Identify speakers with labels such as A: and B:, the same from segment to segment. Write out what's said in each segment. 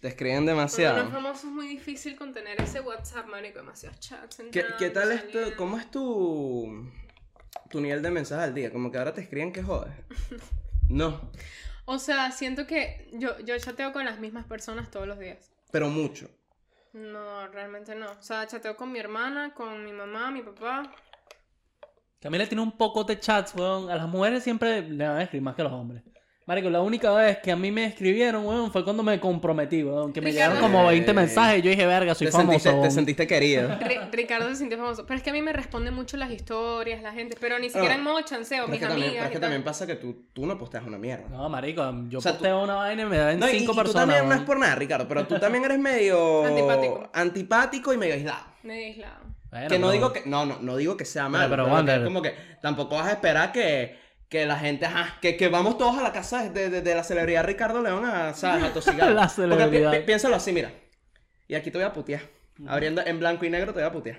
A: Te escriben
B: Demasiado. Los
A: demasiado.
B: famosos es muy difícil contener ese WhatsApp, marico, demasiados chats.
A: ¿Qué,
B: entrando,
A: qué tal esto?
B: saliendo.
A: ¿Cómo es tu, tu nivel de mensajes al día? Como que ahora te escriben que jodes. No,
B: O sea, siento que yo, yo chateo con las mismas personas todos los días.
A: pero mucho.
B: No, realmente no. O sea, chateo con mi hermana, con mi mamá, mi papá.
C: Camila tiene un poco de chats, weón. A las mujeres siempre le van a escribir más que a los hombres. Marico, la única vez que a mí me escribieron, weón, fue cuando me comprometí, weón. Que me
B: Ricardo.
C: llegaron como 20
A: Eh.
C: mensajes y yo dije, verga, soy
A: te,
C: famoso,
A: sentiste, te
C: weón.
A: sentiste querido.
B: Ri- Ricardo se sintió famoso. Pero es que a mí me responden mucho las historias, la gente. Pero ni siquiera en modo chanceo,
A: Pero Oh. es
B: mis
A: que, también, pero
B: amigas.
A: es que
B: y tal.
A: también pasa que tú, tú no posteas una mierda.
C: No, marico, yo
A: O sea, tú-
C: posteo una vaina y me dan
A: No, y-
C: cinco
A: y tú
C: personas.
A: también no
C: weón.
A: es por nada, Ricardo, pero tú también eres medio
B: Antipático.
A: antipático y medio aislado.
B: Me he aislado.
C: Bueno,
A: que no
C: pero-
A: digo que no, no, no digo que sea malo,
C: pero
A: pero, que
C: Wander-
A: es como que tampoco vas a esperar que, que la gente, ajá, que, que vamos todos a la casa de, de- de la celebridad Ricardo León a, ¿sabes? a tosigar.
C: La
A: Porque pi-
C: celebridad.
A: pi- piénsalo así, mira. Y aquí te voy a putear. Abriendo en blanco y negro te voy a putear.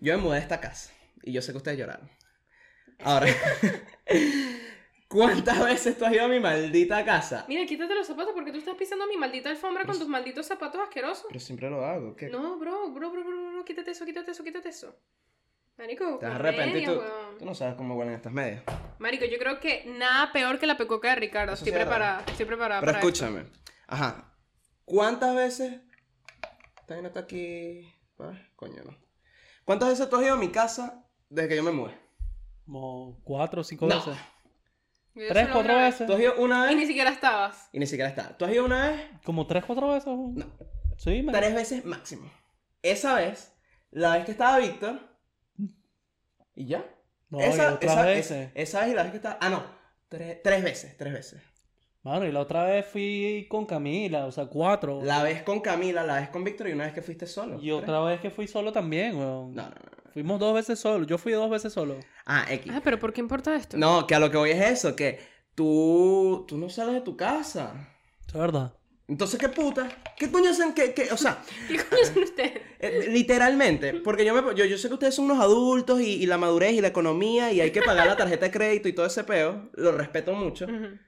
A: Yo me mudé a esta casa y yo sé que ustedes lloraron. Ahora, ¿cuántas veces tú has ido a mi maldita casa?
B: Mira, quítate los zapatos porque tú estás pisando mi maldita alfombra con tus malditos zapatos asquerosos.
A: Pero siempre lo hago. ¿qué?
B: No, bro, bro, bro, bro, bro, quítate eso, quítate eso, quítate eso. Marico,
A: Te vas a
B: comedia,
A: arrepentir tú.
B: weón.
A: Tú no sabes cómo huelen estas medias.
B: Marico, yo creo que nada peor que la pecoca de Ricardo.
A: Eso sí
B: Estoy
A: es verdad.
B: preparada, estoy preparada
A: Pero
B: Ah, para esto.
A: escúchame. Ajá. ¿Cuántas veces? También está aquí. Ah, coño, no. ¿Cuántas veces tú has ido a mi casa desde que yo me mudé?
C: Como cuatro o cinco
A: No.
C: veces.
B: Yo
C: Tres,
B: solo
C: cuatro
B: una vez-
C: veces.
A: ¿Tú has ido una
B: Y ni
A: vez?
B: siquiera estabas.
A: Y ni siquiera está. ¿Tú has ido una vez?
C: Como tres, cuatro veces. weón.
A: No.
C: Sí, marico.
A: Tres veces máximo. Esa vez, la vez que estaba Víctor. ¿Y ya?
C: No, y
A: esa,
C: otras
A: esa-
C: veces.
A: esa vez y la vez que estaba. Ah, no. Tres, tres veces, tres veces.
C: Mano, y la otra vez fui con Camila, o sea, cuatro.
A: La vez con Camila, la vez con Víctor y una vez que fuiste solo.
C: Y
A: Tres.
C: otra vez que fui solo también, weón.
A: No, no, no.
C: Fuimos dos veces solo. Yo fui dos veces solo.
A: Ah, X.
B: Ah, pero ¿por qué importa esto?
A: No, que a lo que voy es eso, que tú, tú no sales de tu casa.
C: Es verdad.
A: Entonces, ¿qué puta? ¿Qué coño hacen? ¿Qué, qué? O sea,
B: ¿Qué coño son ustedes?
A: eh, literalmente, porque yo, me, yo, yo sé que ustedes son unos adultos y, y la madurez y la economía y hay que pagar la tarjeta de crédito y todo ese peo, lo respeto mucho,
B: Ujú.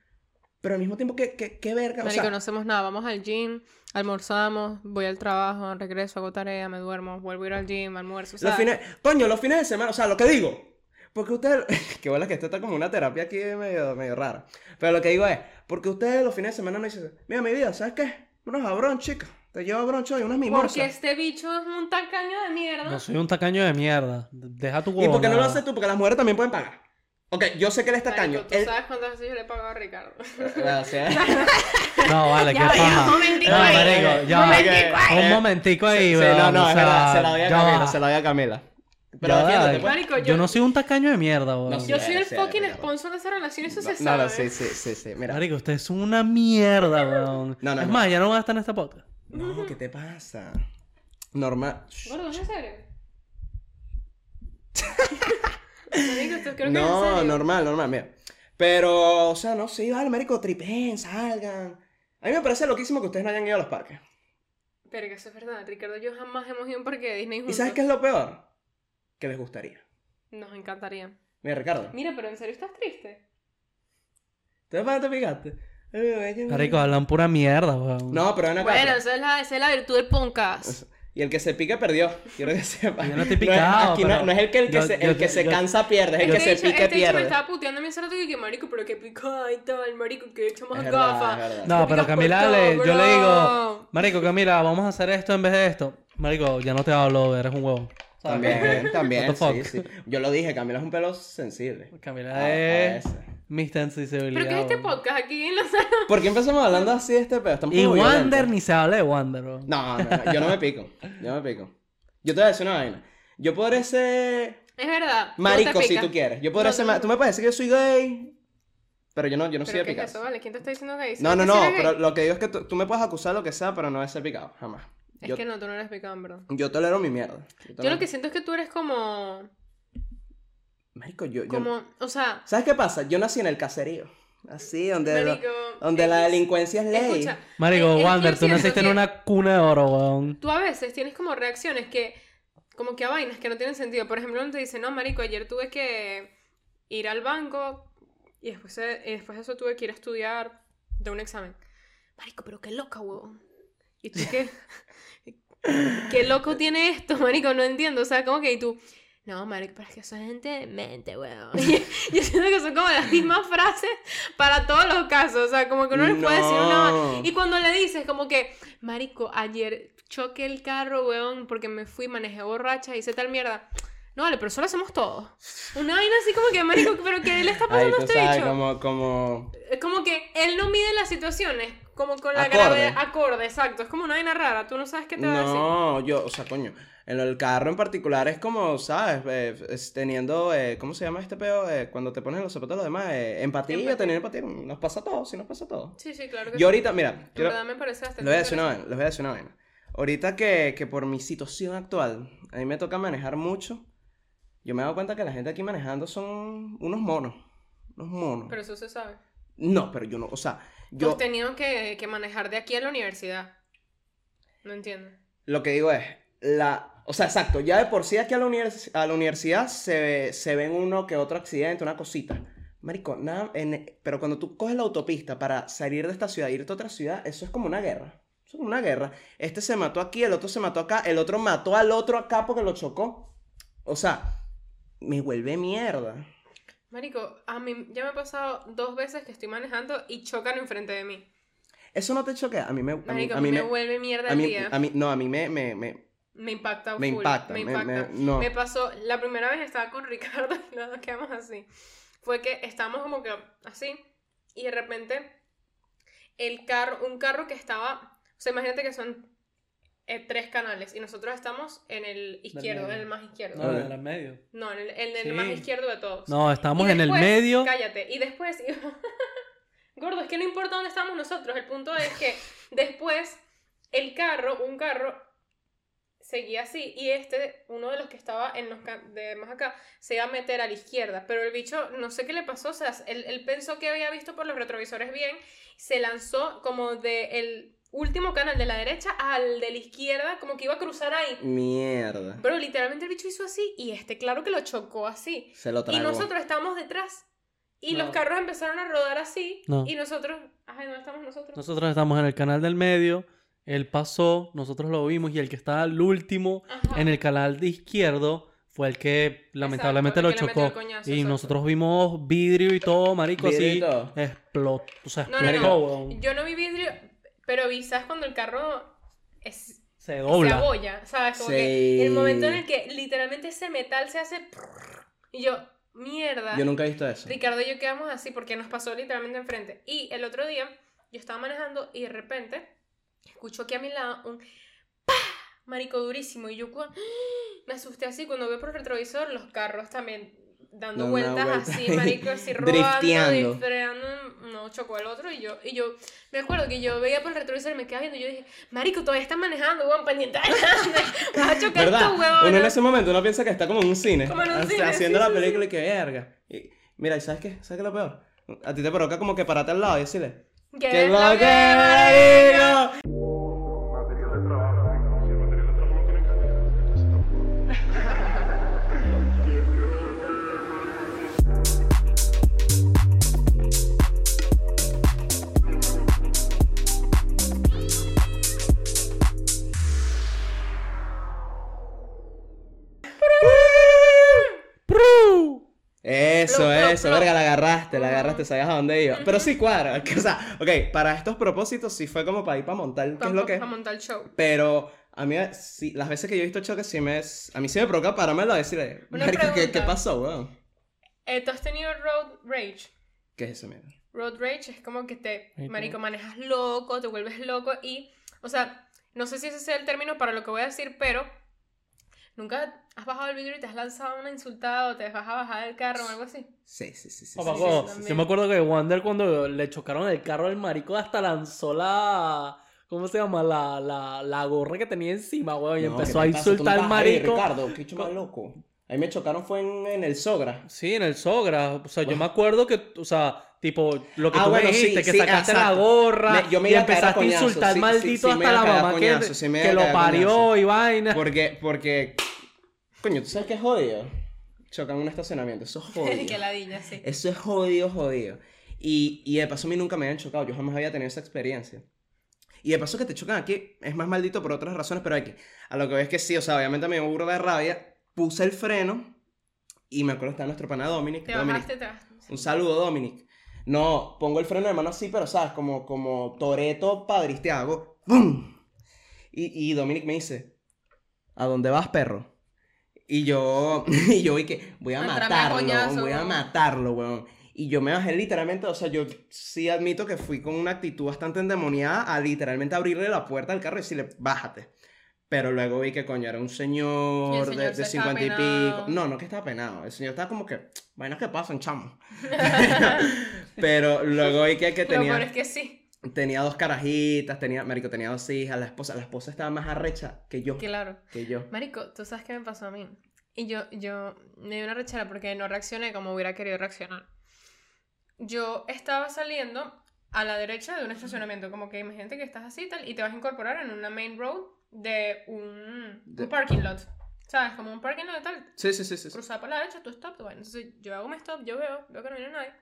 A: pero al mismo tiempo, ¿qué, qué, qué verga? O
B: Mm. Marico,
A: sea,
B: no hacemos nada. Vamos al gym, almorzamos, voy al trabajo, regreso, hago tarea, me duermo, vuelvo a ir al gym, almuerzo. o sea,
A: los fines, coño, los fines de semana, o sea, lo que digo, porque ustedes, que bueno que esto está como una terapia aquí medio, medio rara, pero lo que digo es, porque ustedes los fines de semana no dicen, mira mi vida, ¿sabes qué? Unos abrón, chica, te llevo abrón, y unas mimosas.
B: Porque este bicho es un tacaño de mierda.
C: No soy un tacaño de mierda. Deja tu
A: ¿Ah? ¿Y
C: huevonada.
A: por qué no lo haces tú? Porque las mujeres también pueden pagar. Ok, yo sé que él está caño.
B: Marico, ¿Tú sabes cuántas veces yo le he pagado a Ricardo?
C: No, vale, qué
B: Ya, ya,
C: paja.
B: un momentico
C: No,
B: ahí.
C: marico, ya.
B: Un momentico
C: Un momentico ahí, weón.
A: Eh, no, no,
C: o
A: es
C: sea,
A: verdad, se la doy a
C: ya
A: Camila,
C: va.
A: se la doy a Camila. Pero
C: Ya va.
A: defiéndete, pues.
B: Marico,
C: yo...
B: yo-
C: no soy un tacaño de mierda, weón.
A: No, sí,
B: Yo soy el
A: Sí,
B: fucking
A: Ricardo.
B: sponsor de esa relación, eso se
A: No,
B: sabe.
A: no, sí, sí, sí, sí, mira.
C: Marico, ustedes son una mierda, weón.
A: No, no,
C: es
A: no.
C: más, ya no van a estar en esta podcast.
A: No, ¿qué te pasa? Normal.
B: Gordo, ¿es en serio? Marico, esto creo que es en
A: No,
B: serio.
A: normal, normal, mira. Pero, o sea, no, sí, vale, marico, tripen, salgan. A mí me parece loquísimo que ustedes no hayan ido a los parques.
B: Pero que eso es verdad, Ricardo y yo jamás hemos ido a un parque de Disney
A: ¿Y
B: juntos.
A: sabes qué es lo peor? Que les gustaría.
B: Nos encantaría.
A: Mira, Ricardo,
B: Mira, pero en serio estás triste.
A: ¿te para te picaste?
C: Marico, hablan pura mierda, weón.
A: No, pero ven acá.
B: Bueno,
A: pero-
B: esa es la, esa es la virtud del podcast.
A: Y el que se pica perdió. Quiero que sepa.
C: Yo no estoy
A: es-
C: picado,
A: aquí no-
C: pero
A: no, es el que, el que
C: yo-
A: se,
C: yo-
A: el que se
C: yo-
A: cansa pierde, es el
B: Este
A: que se
B: bicho-
A: pique
B: este bicho me
A: pierde.
B: estaba puteando a mí hace rato y que marico, pero que picada y tal, marico, que he hecho más
A: Es verdad,
B: gafas.
A: es verdad.
B: Tú
C: No, pero
B: picas por
C: Camila,
B: todo,
C: le- yo le
B: bro.
C: digo, Marico, Camila, vamos a hacer esto en vez de esto. Marico, ya no te hablo, eres un huevo.
A: También, también.
C: What
A: sí, Ah,
C: the
A: sí. Yo lo dije, Camila es un pelo sensible.
C: Camila
A: A- a
C: es
A: ese.
C: Mr. Sensibilidad.
B: ¿Pero qué es este
C: weón.
B: podcast aquí en la sala?
A: ¿Por qué empezamos hablando así de este pelo? Estamos
C: Y
A: como violentos.
C: Wander ni se habla de Wander, weón.
A: No, no, no, yo no me pico. Yo no me pico. Yo te voy a decir una vaina. Yo podré ser
B: Es verdad. tú no te
A: marico si
B: picas.
A: tú quieres. Yo podré
B: No,
A: ser.
B: no,
A: ma-
B: no.
A: Tú me puedes decir que yo soy gay. Pero yo no, yo no soy
B: ¿Pero
A: de
B: qué es
A: picar.
B: eso? Vale, ¿quién te está diciendo que
A: No, no, no, pero lo que digo es que tú, tú me puedes acusar de lo que sea, pero no de ser picado, jamás.
B: Es
A: yo,
B: que no, tú no eres picado, en verdad.
A: yo tolero mi mierda.
B: Yo
A: tolero-
B: lo que siento es que tú eres como...
A: Marico, yo, yo-
B: Como... O sea...
A: ¿Sabes qué pasa? Yo nací en el caserío, así, donde, lo-
B: Marico,
A: donde la
B: X.
A: delincuencia es ley.
B: Escucha, es-
C: Marico,
B: es que yo
C: Wander, tú
B: siento
C: naciste en
B: que
C: una cuna de oro, weón.
B: Tú a veces tienes como reacciones que, como que a vainas que no tienen sentido. Por ejemplo, uno te dice, no, marico, ayer tuve que ir al banco y después, de- y después de eso tuve que ir a estudiar de un examen. Marico, pero qué loca, huevón. Y tú qué. qué loco tiene esto, Marico, no entiendo. O sea, como que y tú. No, Marico, pero es que son gente de mente, huevón. Y- Yo siento que son como las mismas frases para todos los casos. O sea, como que uno les puede decir
A: No.
B: una. Y cuando le dices, como que, Marico, ayer choqué el carro, huevón, porque me fui, manejé borracha, hice tal mierda. No, vale, pero eso lo hacemos todos. Una vaina así como que, Marico, pero ¿qué le está
A: Ahí
B: pasando a
A: tú
B: este
A: sabes,
B: bicho?
A: como, como...
B: Es como que él no mide las situaciones, como con la
A: Acorde.
B: gravedad acorde, exacto. Es como una vaina rara, tú no sabes qué te va a decir.
A: No, yo, o sea, coño, en lo del carro en particular es como, ¿sabes? Eh, es teniendo, eh, ¿cómo se llama este peo? Eh, cuando te pones los zapatos de los demás, eh, empatía,
B: Empatía.
A: tener empatía, nos pasa todo, sí nos pasa todo.
B: Sí, sí, claro que
A: Yo
B: sí.
A: ahorita, mira,
B: En
A: quiero-
B: verdad me parece bastante
A: les voy a decir una
B: interesante.
A: vaina, les voy a decir una vaina. Ahorita que, que por mi situación actual, a mí me toca manejar mucho, yo me he dado cuenta que la gente aquí manejando son unos monos, unos monos.
B: Pero eso se sabe.
A: No, pero yo no, o sea,
B: Yo...
A: yo...
B: Has tenido que, que manejar de aquí a la universidad. No entiendo.
A: Lo que digo es, la, o sea, exacto, ya de por sí aquí a la, univers- a la universidad se, ve- se ven uno que otro accidente, una cosita. Marico, nada, en- pero cuando tú coges la autopista para salir de esta ciudad, e irte a otra ciudad, eso es como una guerra. Eso es como una guerra. Este se mató aquí, el otro se mató acá, el otro mató al otro acá porque lo chocó. O sea, me vuelve mierda.
B: Marico, a mí ya me ha pasado dos veces que estoy manejando y chocan enfrente de mí.
A: Eso no te choquea. A mí me. A mí,
B: Marico,
A: a mí
B: me,
A: me-
B: vuelve mierda
A: a
B: el
A: mí-
B: día.
A: a mí- no, a mí me. me, me-
B: Me impacta
A: Me
B: full,
A: impacta,
B: Me
A: me-
B: impacta.
A: me- no.
B: Me pasó, la primera vez estaba con Ricardo y los dos quedamos así. Fue que estábamos como que así y de repente el carro, un carro que estaba, o sea, imagínate que son eh, tres canales y nosotros estamos en el izquierdo, en
C: medio.
B: el más izquierdo.
C: No,
A: Ok.
C: en el medio.
B: No, en el, en el
C: Sí.
B: más izquierdo de todos.
C: No, estamos
B: Y
C: en el
B: después-
C: medio.
B: Cállate. Y después. Gordo, es que no importa dónde estamos nosotros. El punto es que después el carro, un carro, seguía así. Y este, uno de los que estaba en los ca- de más acá, se iba a meter a la izquierda. Pero el bicho, no sé qué le pasó. O sea, él, él pensó que había visto por los retrovisores bien. Se lanzó como del último canal de la derecha al de la izquierda, como que iba a cruzar ahí.
A: Mierda.
B: Pero literalmente el bicho hizo así. Y este, claro que lo chocó así.
A: Se lo
B: Y
A: tragó.
B: nosotros estábamos detrás. Y
C: No.
B: los carros empezaron a rodar así.
C: No.
B: Y nosotros. Ay, ¿dónde estamos nosotros?
C: Nosotros estamos en el canal del medio. Él pasó, nosotros lo vimos y el que estaba al último
B: Ajá.
C: en el canal de izquierdo fue el que lamentablemente
B: el
C: lo
B: que le metió
C: chocó.
B: el coñazo,
C: y
B: exacto.
C: nosotros vimos vidrio y todo, marico,
A: Vidrio y
C: así
A: todo.
C: explotó. O sea,
B: No, no,
C: explotó,
B: no.
C: weón.
B: Yo no vi vidrio, pero vi, ¿sabes? Cuando el carro es,
C: Se
B: se
C: dobla.
B: abolla, ¿sabes? Como
A: Sí.
B: que el momento en el que literalmente ese metal se hace. prrr, Y yo, mierda.
A: Yo nunca he visto eso.
B: Ricardo y yo quedamos así porque nos pasó literalmente enfrente. Y el otro día yo estaba manejando y de repente escucho aquí a mi lado un ¡pa! marico durísimo y yo cua- me asusté así cuando veo por el retrovisor los carros también
A: Dando
B: dando
A: una
B: vueltas
A: vuelta
B: así,
A: ahí,
B: marico así rodando,
A: drifteando.
B: y freando, no chocó al otro y yo y yo me acuerdo que yo veía por el retrovisor y me quedaba viendo y yo dije, "Marico, todavía están manejando, weón, pendiente. de adelante, Vas a chocar
A: ¿Verdad?
B: tú, huevón."
A: Uno en ese momento uno piensa que está como en un cine.
B: Como en un
A: o sea,
B: cine,
A: haciendo
B: sí,
A: la
B: sí,
A: película y que verga. Y, mira, ¿y sabes qué? ¿Sabes qué es lo peor? A ti te provoca como que parate al lado y decirle.
B: Que
A: ¡Qué
B: es lo
A: lo
B: que,
A: que,
B: marico.
A: marico!
D: material de trabajo, ¿no? Si el material de trabajo no tiene calidad, entonces tampoco.
C: ¡Pru!
A: Eso,
B: Plu, plu,
A: eso,
B: plu.
A: verga, la agarraste, la
B: Ujú.
A: agarraste, sabías a dónde iba. Pero sí cuadra, que, o sea, ok, para estos propósitos sí fue como para ir para montar, ¿qué es lo
B: Vamos
A: que
B: a montar el show.
A: Pero a mí, sí, las veces que yo he visto choques, sí me, es- a mí sí me provoca parármelo y decirle,
B: Una
A: marico, ¿qué,
B: pregunta.
A: ¿qué pasó, weón?
B: Eh, ¿Tú has tenido road rage?
A: ¿Qué es eso, mierda?
B: Road rage es como que te,
C: Ahí está.
B: marico, manejas loco, te vuelves loco y, o sea, no sé si ese sea el término para lo que voy a decir, pero nunca has bajado el vidrio y te has lanzado una insultada o te vas a bajar del carro o algo así.
A: Sí, sí, sí, sí.
C: Oh, Papá,
A: sí,
B: sí,
C: weón,
B: sí, también.
C: yo me acuerdo que Wander cuando le chocaron el carro al marico hasta lanzó la... ¿Cómo se llama? La, la, la gorra que tenía encima, weón. Y
A: No, ¿qué
C: empezó
A: te
C: a
A: pasa? Tú no
C: insultar
A: estás
C: al
A: ahí,
C: marico.
A: Ricardo, qué chuma loco. Ahí me chocaron fue en, en el Sogra.
C: Sí, en el Sogra. O sea, yo
A: Bueno.
C: me acuerdo que, o sea, tipo, lo que
A: Ah,
C: tú
A: bueno,
C: me
A: sí,
C: dijiste, que
A: sí,
C: sacaste la
A: exacto.
C: gorra
A: Me- yo me
C: y
A: iba a caer a
C: empezaste a
A: coñazo,
C: insultar
A: sí, sí,
C: maldito
A: sí, me iba
C: hasta
A: a
C: la
A: caer a
C: mamá que,
A: coñazo, sí, me iba
C: que
A: a
C: lo
A: caer a
C: parió
A: coñazo.
C: y vaina.
A: Porque, porque. Coño, ¿tú sabes qué es jodido? Chocan en un estacionamiento, eso es
B: que
A: jodido.
B: ladilla, sí.
A: Eh, Eso es jodido, jodido. Y, y de paso a mí nunca me habían chocado, yo jamás había tenido esa experiencia. Y de paso que te chocan aquí es más maldito por otras razones, pero hay que. A lo que ves que sí, o sea, obviamente me burro de rabia. Puse el freno y me acuerdo que está nuestro pana Dominic.
B: Te
A: Dominic,
B: bajaste, te bajaste.
A: Un saludo, Dominic. No, pongo el freno de mano así, pero sabes, como, como Toreto padriste, hago ¡Bum! Y, y Dominic me dice, ¿a dónde vas, perro? Y yo, y yo vi que voy a
B: Mátrame a
A: matarlo,
B: coñazo,
A: voy a
B: weón.
A: matarlo, weón. Y yo me bajé literalmente, o sea, yo sí admito que fui con una actitud bastante endemoniada a literalmente abrirle la puerta al carro y decirle, bájate. Pero luego vi que coño era un señor,
B: Y el señor
A: de,
B: se
A: de
B: estaba
A: 50 y
B: penado.
A: pico. No, no que estaba penado. El señor estaba como que, vainas que pasan, chamo. Pero luego vi que, que
B: Lo peor
A: tenía,
B: es que sí,
A: tenía dos carajitas, tenía, marico, tenía dos hijas, la esposa, la esposa estaba más arrecha que yo,
B: claro.
A: que yo.
B: Marico, tú sabes qué me pasó a mí. Y yo, yo me dio una rechera porque no reaccioné como hubiera querido reaccionar. Yo estaba saliendo a la derecha de un estacionamiento. Como que imagínate que estás así tal, y te vas a incorporar en una main road de un,
A: De-
B: un parking lot. ¿Sabes? Como un parking lot y tal.
A: Sí, sí, sí, sí. sí.
B: Cruzada para la derecha, tú stop. Bueno, entonces yo hago mi stop, yo veo, veo que no viene nadie.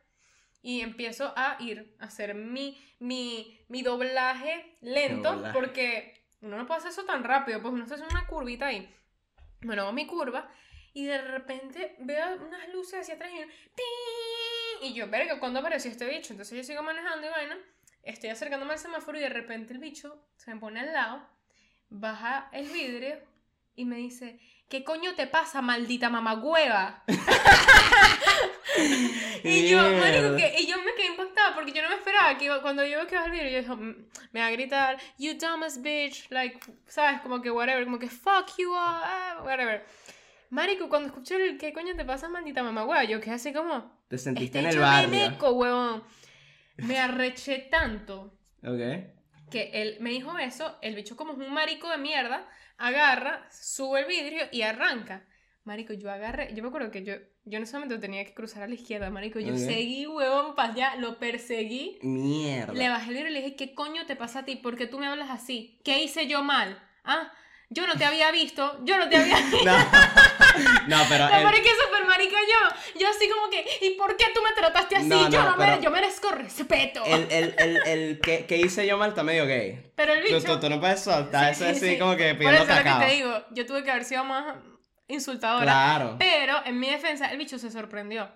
B: Y empiezo a ir, a hacer mi, mi, mi doblaje lento,
A: Doblaje.
B: porque uno no puede hacer eso tan rápido, pues uno se hace una curvita ahí. Bueno, hago mi curva y de repente veo unas luces hacia atrás y, un ¡ting! y yo, verga, ¿cuándo apareció este bicho? Entonces yo sigo manejando y vaina, estoy acercándome al semáforo y de repente el bicho se me pone al lado, baja el vidrio y me dice, ¿qué coño te pasa, maldita mamagüeva? Y yo, marico,
A: Mierda.
B: que, y yo me quedé impactada porque yo no me esperaba que iba- cuando yo veo que iba al video, yo dije, "Mm, me va a gritar, you dumbest bitch, like, ¿sabes? Como que whatever, como que fuck you all, ah, whatever. Marico, cuando escuché el qué coño te pasa, maldita mamá, hueva, yo quedé así como,
A: Te sentiste
B: este
A: en el
B: hecho
A: barrio.
B: meneco, huevón. Me arreché tanto
A: Ok.
B: que él me dijo eso, el bicho como es un marico de mierda, agarra, sube el vidrio y arranca. Marico, yo agarré, yo me acuerdo que yo, yo en ese momento tenía que cruzar a la izquierda, marico, yo
A: Ok.
B: seguí huevón para allá, lo perseguí,
A: Mierda.
B: le bajé el vidrio y le dije, ¿qué coño te pasa a ti? ¿Por qué tú me hablas así? ¿Qué hice yo mal? ¿Ah? Yo no te había visto, yo no te había visto.
A: No, no pero...
B: La
A: el-
B: verdad es que súper marica yo. Yo así como que, ¿y por qué tú me trataste así?
A: No,
B: yo,
A: no,
B: no mere-
A: pero-
B: yo merezco respeto.
A: El, el, el, el que, que hice yo mal está medio gay.
B: Pero el
A: Tú,
B: bicho...
A: tú, tú no puedes soltar
B: Sí,
A: eso así
B: sí, sí.
A: como que
B: Por
A: pidiendo
B: eso es lo
A: cacao.
B: que te digo. Yo tuve que haber sido más insultadora.
A: Claro.
B: Pero en mi defensa, el bicho se sorprendió.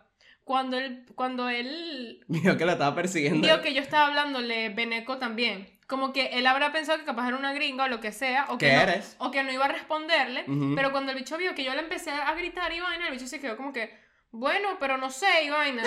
B: Cuando él, cuando él
A: Vio que lo estaba persiguiendo.
B: vio que yo estaba hablándole veneco también. Como que él habrá pensado que capaz era una gringa o lo que sea. O que
A: ¿Qué
B: no,
A: eres?
B: O que no iba a responderle.
A: Ujú.
B: Pero cuando el bicho vio que yo le empecé a gritar y vaina, el bicho se quedó como que. Bueno, pero no sé, y vaina.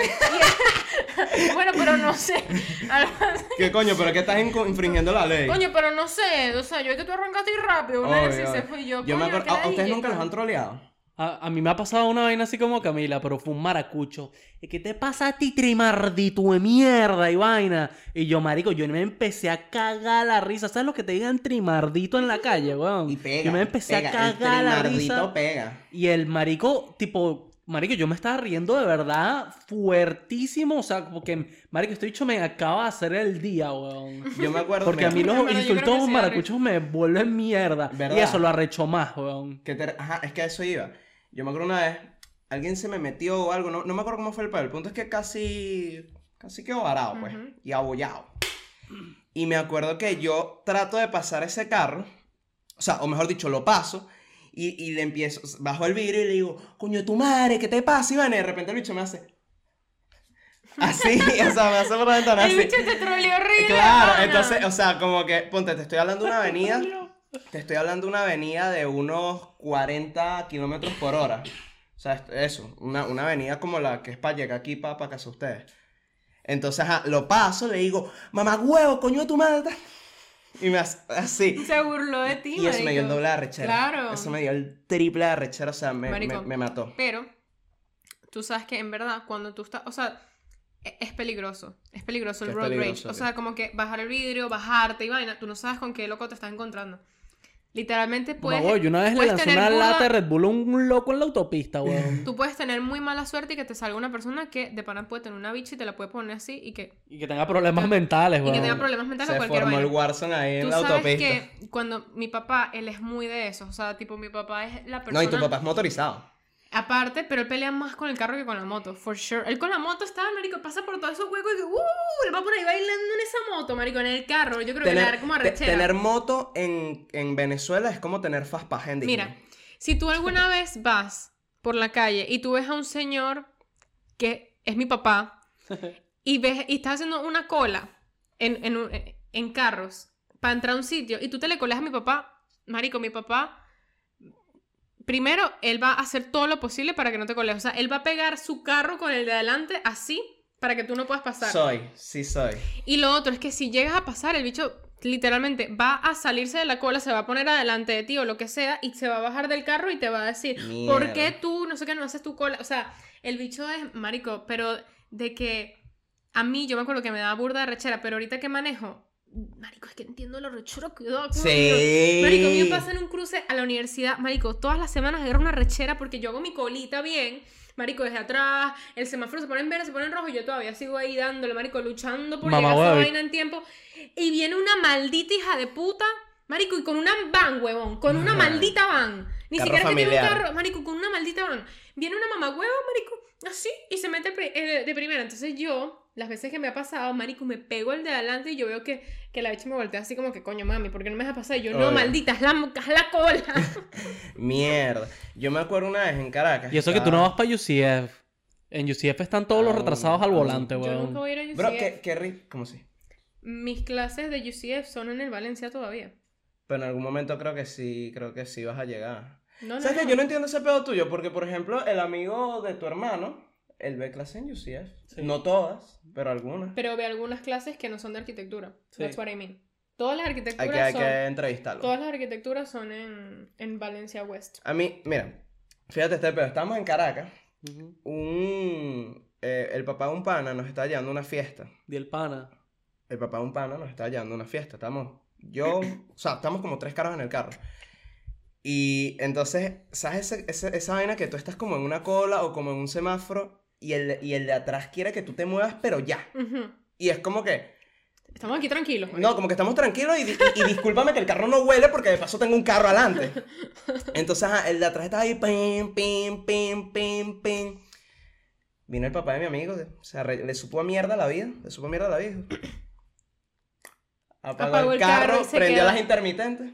B: Y- bueno, pero no sé. Algo así.
A: ¿Qué coño? ¿Pero que estás inco- infringiendo la ley?
B: Coño, pero no sé. O sea, yo es que tú arrancaste y rápido. Una
A: Obvio,
B: vez y se
A: obvio.
B: fue y yo.
A: Yo me
B: coño,
A: acuerdo.
B: qué
A: ¿A- a ¿Ustedes
B: ladilla,
A: nunca los
B: chamo.
A: han troleado?
C: A, a mí me ha pasado una vaina así como Camila, pero fue un maracucho. ¿Y ¿Qué te pasa a ti, trimardito de mierda y vaina? Y yo, marico, yo me empecé a cagar la risa. ¿Sabes lo que te digan trimardito en la calle, weón?
A: Y pega.
C: yo me empecé
A: pega,
C: a cagar
A: el
C: la
A: trinardito
C: risa.
A: pega.
C: Y el marico, tipo, marico, yo me estaba riendo de verdad fuertísimo. O sea, porque, marico, estoy dicho me acaba de hacer el día, weón.
A: Yo me acuerdo.
C: Porque a mí
A: mira,
B: En
C: los
B: verdad, yo creo que
C: insultos
B: sí,
C: maracuchos me vuelven mierda.
A: ¿Verdad?
C: Y eso lo arrechó más, weón.
A: que te- Ajá, es que a eso iba. Yo me acuerdo una vez. Alguien se me metió o algo. No, no me acuerdo cómo fue el pedo. El punto es que casi. Casi quedó varado, pues.
B: Ujú.
A: Y abollado. Y me acuerdo que yo trato de pasar ese carro. O sea, o mejor dicho, lo paso. Y, y le empiezo, bajo el vidrio y le digo, coño, tu madre, ¿qué te pasa, Iván? Y de repente el bicho me hace. Así, o sea, me hace por la ventana así.
B: El bicho te troleó horrible.
A: Claro,
B: pana.
A: entonces, o sea, como que, ponte, te estoy hablando de una avenida, te estoy hablando de una avenida de unos 40 kilómetros por hora. O sea, est- eso, una, una avenida como la que es para llegar aquí, para, para casa de ustedes. Entonces, ajá, lo paso, le digo, mamá huevo, coño de tu madre. ta-". Y me hace así.
B: Se burló de ti,
A: Y eso me dio el
B: marico.
A: doble de arrechera.
B: Claro.
A: Eso me dio el triple de arrechera, o sea, me, me,
B: Marico.
A: me mató.
B: Pero, tú sabes que en verdad, cuando tú estás. O sea, e- es peligroso. Es peligroso el
A: Es
B: road rage.
A: peligroso,
B: O
A: sí.
B: sea, como que bajar el vidrio, bajarte y vaina. Tú no sabes con qué loco te estás encontrando. Literalmente puedes.
C: Mamá, yo una vez le
B: puedes
C: lancé
B: tener
C: una
B: burda-
C: lata de Red Bull a un loco en la autopista, weón.
B: Tú puedes tener muy mala suerte y que te salga una persona que de pana puede tener una bicha y te la puede poner así y que,
C: Y que tenga problemas mentales,
B: y
C: weón.
B: que tenga problemas mentales o
A: Se
B: cualquier
A: formó
B: vaina.
A: el Warzone ahí
B: Tú
A: en la
B: sabes
A: autopista.
B: que cuando mi papá, él es muy de eso. O sea, tipo, mi papá es la persona.
A: No, y tu papá es motorizado.
B: Aparte, pero él pelea más con el carro que con la moto, for sure. Él con la moto está, marico, pasa por todos esos huecos y que, uh, él va por ahí bailando en esa moto, marico, en el carro. Yo creo que le va a dar como
A: te-
B: arrechera.
A: tener moto en, en Venezuela es como tener fast pass en Disney.
B: Mira, si tú alguna vez vas por la calle y tú ves a un señor que es mi papá y ves y está haciendo una cola en, en, un- en carros para entrar a un sitio y tú te le colas a mi papá, marico, mi papá primero él va a hacer todo lo posible para que no te coles, o sea, él va a pegar su carro con el de adelante así para que tú no puedas pasar.
A: soy, sí soy.
B: Y lo otro es que si llegas a pasar, el bicho literalmente va a salirse de la cola, se va a poner adelante de ti o lo que sea, y se va a bajar del carro y te va a decir, ¿por
A: Mierda.
B: qué tú no sé qué no haces tu cola? O sea, el bicho es marico, pero de que a mí yo me acuerdo que me daba burda de rechera, pero ahorita que manejo, marico, es que entiendo lo rechero que da. coño.
A: Sí.
B: Marico, a mí me pasa en un cruce a la universidad, marico, todas las semanas era una rechera porque yo hago mi colita bien, marico, desde atrás, el semáforo se pone en verde, se pone en rojo, y yo todavía sigo ahí dándole, marico, luchando por
C: Mamá
B: llegar a esa
C: huevo.
B: vaina en tiempo, y viene una maldita hija de puta, marico, y con una van, huevón, con una
A: Ajá.
B: maldita van, ni
A: Carro
B: siquiera es que tiene un
A: familiar.
B: carro, marico, con una maldita van, viene una mamá huevo, marico, así, Ah, y se mete pri- eh, de primera, entonces yo... Las veces que me ha pasado, marico, me pego el de adelante y yo veo que, que la bicha me voltea así como que, coño, mami, ¿por qué no me dejas pasar? Y yo, no,
A: Obvio.
B: maldita, haz la, haz la cola.
A: Mierda. Yo me acuerdo una vez en Caracas.
C: Y eso que tú no vas para UCF. En UCF están todos los
A: Aún,
C: retrasados al
A: aún.
C: volante,
B: Yo nunca
C: weón.
B: voy a ir a UCF.
A: Bro, qué, qué rico. ¿Cómo sí?
B: Mis clases de UCF son en el Valencia todavía.
A: Pero en algún momento creo que sí, creo que sí vas a llegar.
B: No, no,
A: ¿Sabes
B: no.
A: que yo no entiendo ese pedo tuyo? Porque, por ejemplo, el amigo de tu hermano, él ve clase en UCF. No todas, pero algunas.
B: Pero ve algunas clases que no son de arquitectura.
C: Sí.
B: That's what I mean. Todas las
A: hay
B: arquitecturas
A: que, hay
B: son...
A: que entrevistarlo.
B: Todas las arquitecturas son en, en Valencia West.
A: A mí, mira, fíjate este pedo. Estamos en Caracas.
C: Ujú.
A: Un, eh, el papá de un pana nos está llevando a una fiesta.
C: Di el pana.
A: el papá de un pana nos estaba llevando a una fiesta. Estamos, yo, o sea, estamos como tres caras en el carro. Y entonces, ¿sabes ese- ese- esa vaina que tú estás como en una cola o como en un semáforo y el, y el de atrás quiere que tú te muevas, pero ya?
B: Ujú.
A: Y es como que,
B: Estamos aquí tranquilos. pues.
A: no, como que estamos tranquilos y, di- y discúlpame que el carro no huele porque de paso tengo un carro adelante. Entonces, ajá, el de atrás está ahí, pim, pim, pim, pim, pim. Vino el papá de mi amigo, se arre- le supo a mierda la vida, le supo a mierda la vida. Apagó,
B: Apagó
A: el
B: el carro
A: carro,
B: y se
A: prendió
B: quedó.
A: las intermitentes.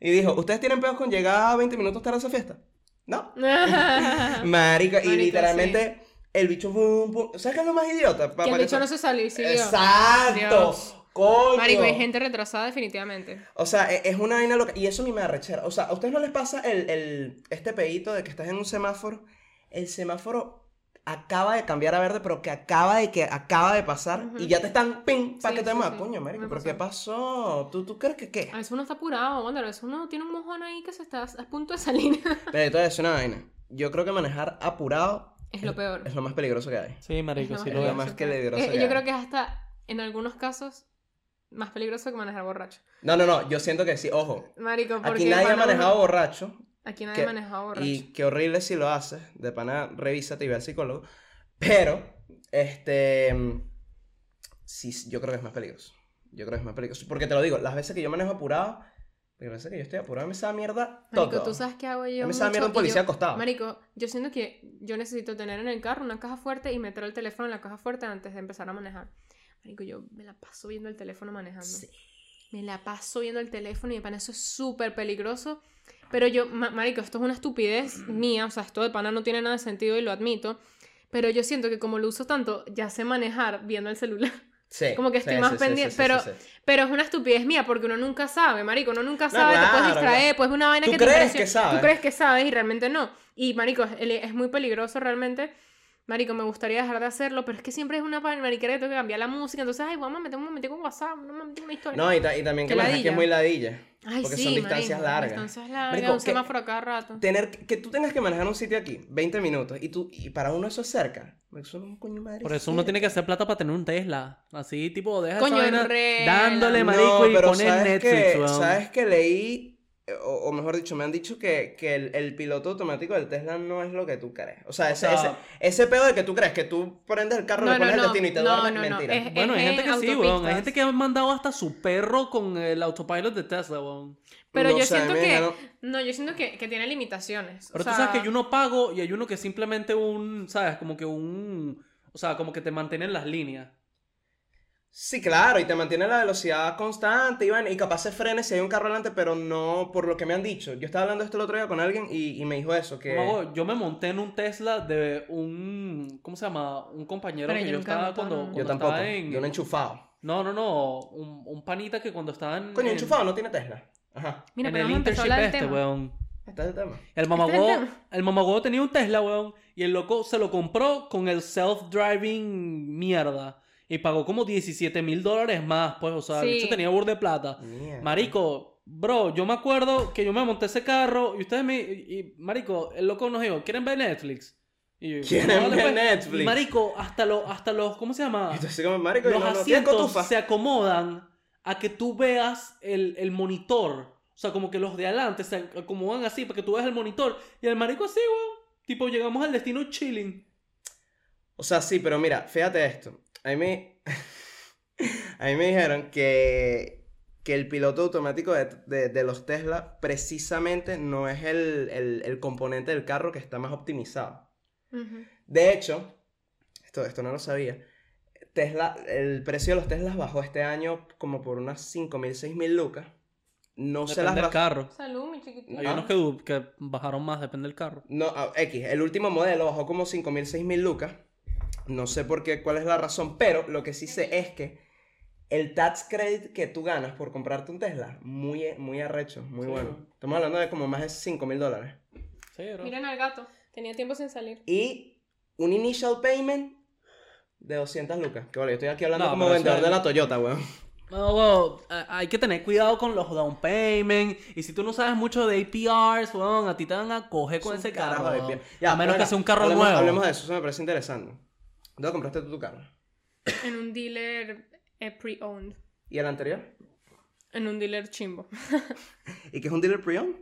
A: Y dijo, ¿ustedes tienen pedos con llegar 20 minutos tarde a esa fiesta? No.
B: Ah.
A: Marico, y
B: Marico,
A: literalmente el bicho, boom, boom. ¿sabes qué es lo más idiota? Pa-
B: y el
A: pa-
B: bicho no se salió y siguió.
A: Exacto.
B: Dios.
A: Coño.
B: Marico, hay gente retrasada definitivamente.
A: O sea, e- es una vaina loca. Y eso a mí me da rechera. O sea, ¿a ustedes no les pasa el, el- este pedito de que estás en un semáforo? El semáforo acaba de cambiar a verde, pero que acaba de que acaba de pasar.
B: Ujú.
A: Y ya te están, ping, para
B: Sí,
A: que te
B: sí,
A: muevas.
B: sí.
A: Coño, marico,
B: Me
A: ¿pero qué pasó? ¿Tú, tú crees que qué?
B: A veces uno está apurado, onda, a veces uno tiene un mojón ahí que se está a punto de salir.
A: Pero entonces es una vaina. Yo creo que manejar apurado
B: es lo peor.
A: es lo más peligroso que hay.
C: Sí, marico,
B: No,
C: sí
B: es
C: lo
A: lo
C: veo.
A: más peligroso
B: Eh,
A: que
B: yo
A: hay.
B: creo que es hasta, en algunos casos, más peligroso que manejar borracho.
A: No, no, no. Yo siento que sí. Ojo.
B: Marico, porque...
A: Aquí nadie ha
B: cuando uno-
A: manejado borracho.
B: Aquí nadie ha
A: que-
B: manejado borracho.
A: Y qué horrible si lo haces. De pana, revísate y ve al psicólogo. Pero, este. mm, Sí, yo creo que es más peligroso. Yo creo que es más peligroso. Porque te lo digo, las veces que yo manejo apurado, las veces que yo estoy apurado, me sabe mierda todo.
B: Marico, ¿tú sabes qué hago yo
A: A mí se da
B: mucho?
A: mierda un
B: Y
A: policía
B: yo-
A: acostado.
B: Marico, yo siento que yo necesito tener en el carro una caja fuerte y meter el teléfono en la caja fuerte antes de empezar a manejar. Marico, yo me la paso viendo el teléfono manejando. Me la paso viendo el teléfono y de pana eso es súper peligroso. Pero yo, ma- marico, esto es una estupidez mía, o sea, esto de pana no tiene nada de sentido y lo admito. Pero yo siento que como lo uso tanto, ya sé manejar viendo el celular.
A: Sí,
B: como que
A: sí,
B: estoy
A: sí,
B: más
A: sí,
B: pendiente,
A: sí, sí,
B: pero-
A: sí, sí.
B: Pero es una estupidez mía porque uno nunca sabe, marico, uno nunca sabe, te
A: claro,
B: puedes distraer,
A: claro.
B: pues una vaina
A: Tú
B: que te
A: crees que
B: impresiona.
A: sabes.
B: Tú crees que sabes y realmente no. Y marico, es, es muy peligroso realmente. Marico, me gustaría dejar de hacerlo, pero es que siempre es una vaina, mariquera que tengo que cambiar la música, entonces, ay, vamos, me tengo que meter con WhatsApp, no me metí una historia.
A: No, y, ta- y también que
B: Qué
A: manejas que
B: ladilla.
A: es muy ladilla.
B: ay,
A: porque
B: sí,
A: son distancias
B: marico,
A: largas.
B: Distancias largas,
A: Marico,
B: un
A: que-
B: semáforo cada rato.
A: Tener que, que tú tengas que manejar un sitio aquí, 20 minutos, y tú y para uno eso es cerca. Eso no es un coño de madre.
C: Por eso uno tiene que hacer plata para tener un Tesla. Así, tipo, deja esa
B: Coño,
C: vaina
B: re-
C: dándole
A: No,
C: marico y
A: pero
C: poner
A: ¿sabes
C: Netflix,
A: que,
C: weón.
A: ¿Sabes que leí eh, o, o mejor dicho, me han dicho que, que el, el piloto automático del Tesla no es lo que tú crees. O sea, ese,
C: sea-
A: ese, ese pedo de que tú crees que tú prendes el carro, le pones el destino y te duermes, mentira.
B: es-
C: Bueno,
B: es
C: hay gente
B: en
C: que sí, weón. Hay
B: autopistas.
C: gente que ha mandado hasta su perro con el autopilot de Tesla, weón.
B: Pero
A: No
B: yo
A: sé, a mí
B: siento
A: me
B: que.
A: dijeron-
B: No, yo siento que, que tiene limitaciones. o
C: Pero
B: sea,
C: tú sabes que hay uno pago y hay uno que simplemente un, ¿sabes? Como que un... O sea, como que te mantienen las líneas.
A: Sí, claro, y te mantiene la velocidad constante, Iván, y capaz se frene si hay un carro delante, pero no por lo que me han dicho. Yo estaba hablando esto el otro día con alguien y, y me dijo eso, que...
C: Luego, yo me monté en un Tesla de un... ¿Cómo se llama? Un compañero
B: Pero
C: que
B: yo
C: yo,
B: nunca he
C: estaba
B: montado
C: cuando,
B: en un-
A: yo
C: cuando
A: tampoco,
C: estaba en...
A: yo no he enchufado.
C: No, no, no. Un, un panita que cuando estaba en...
A: Coño,
C: en-
A: enchufado, no tiene Tesla. Ajá,
B: Mira,
C: en
B: pero vamos
C: el
B: a empezar a
C: internship
B: hablar del
C: este,
B: tema. Este
C: weón.
A: está el tema.
C: El
B: Está
C: mamagüevo,
B: bien.
C: el mamagüevo tenía un Tesla, weón, y el loco se lo compró con el self-driving mierda. Y pagó como 17 mil dólares más, pues, o sea, el
B: Sí.
C: bicho tenía burda de plata.
A: Mierda.
C: Ah, Marico, bro, yo me acuerdo que yo me monté ese carro y ustedes me... Y, y, marico, el loco nos dijo, ¿quieren ver Netflix? Y yo,
A: ¿Quieren
C: "Dale,
A: ver
C: pues".
A: Netflix?
C: Y, marico, hasta, los hasta los, ¿cómo se llama?
A: Y tú así como, marico, y
C: los
A: no, no, tiene
C: asientos
A: cotufa.
C: se acomodan a que tú veas el, el monitor. O sea, como que los de adelante se acomodan así para que tú veas el monitor. Y el marico así, weón. Tipo, llegamos al destino chilling.
A: O sea, sí, pero mira, fíjate esto. A mí me, a mí me dijeron que, que el piloto automático de, de- de los Tesla precisamente no es el, el- el componente del carro que está más optimizado.
B: Ujú.
A: De hecho, esto, esto no lo sabía, Tesla, el precio de los Teslas bajó este año como por unas 5.000, 6.000 lucas. No se las
C: Depende del
A: bajó.
C: carro.
B: Salud, mi chiquitito.
C: Hay
A: Ah.
C: unos que, du- que bajaron más, depende del carro.
A: No, ah, X, el último modelo bajó como 5.000, 6.000 lucas. No sé por qué, cuál es la razón, pero lo que sí sé es que el tax credit que tú ganas por comprarte un Tesla, muy, muy arrecho, muy
C: Sí.
A: bueno. Estamos hablando de como más de 5.000 dólares.
C: Sí, bro.
B: Miren al gato. Tenía tiempo sin salir.
A: Y un initial payment de 200 lucas. Que bueno, yo estoy aquí hablando
C: No,
A: como
C: pero
A: vendedor
C: eso
A: de
C: es-
A: la Toyota, weón.
C: No, weón, a- hay que tener cuidado con los down payment. Y si tú no sabes mucho de APRs, weón, a ti te van a coger con
A: Es un
C: ese carro.
A: de
C: weón.
A: pie. Ya,
C: a menos
A: venga,
C: que sea un carro
A: hablemos,
C: nuevo.
A: Hablemos de eso, eso me parece interesante. ¿Dónde compraste tú tu carro?
B: En un dealer eh, pre-owned.
A: ¿Y el anterior?
B: En un dealer chimbo.
A: ¿Y qué es un dealer pre-owned?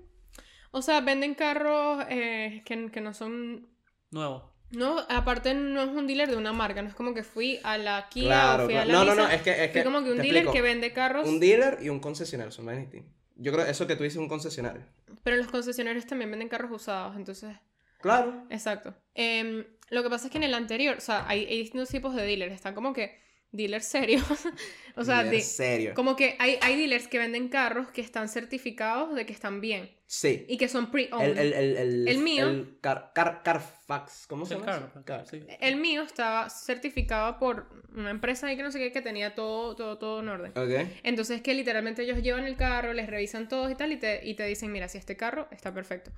B: O sea, venden carros eh, que, que no son.
C: Nuevo.
B: No, aparte no es un dealer de una marca, no es como que fui a la Kia o
A: Claro,
B: fui a
A: claro. No,
B: la
A: no, no,
B: Nissan.
A: es que- es
B: Fui
A: que-
B: como que un
A: te
B: dealer
A: explico.
B: que vende carros,
A: Un dealer y un concesionario, son vainas distintas. Yo creo eso que tú dices un concesionario.
B: pero los concesionarios también venden carros usados, entonces
A: Claro.
B: Exacto. Em, lo que pasa es que en el anterior, o sea, hay, hay distintos tipos de dealers. Están como que dealers serios. o sea,
A: en
B: de-
A: serio.
B: como que hay, hay dealers que venden carros que están certificados de que están bien
A: Sí.
B: y que son
A: El,
B: pre-owned. El,
A: el, el, el,
B: El mío.
A: el car, car- Carfax. ¿Cómo se
C: Sí,
A: llama? Eh, eso?
C: carro,
A: Car-
C: sí.
B: mío estaba certificado por una empresa ahí que no sé qué que tenía todo, todo, todo en orden.
A: Ok.
B: Entonces que literalmente ellos llevan el carro, les revisan todos y tal, y te, y te dicen, mira, si este carro está perfecto.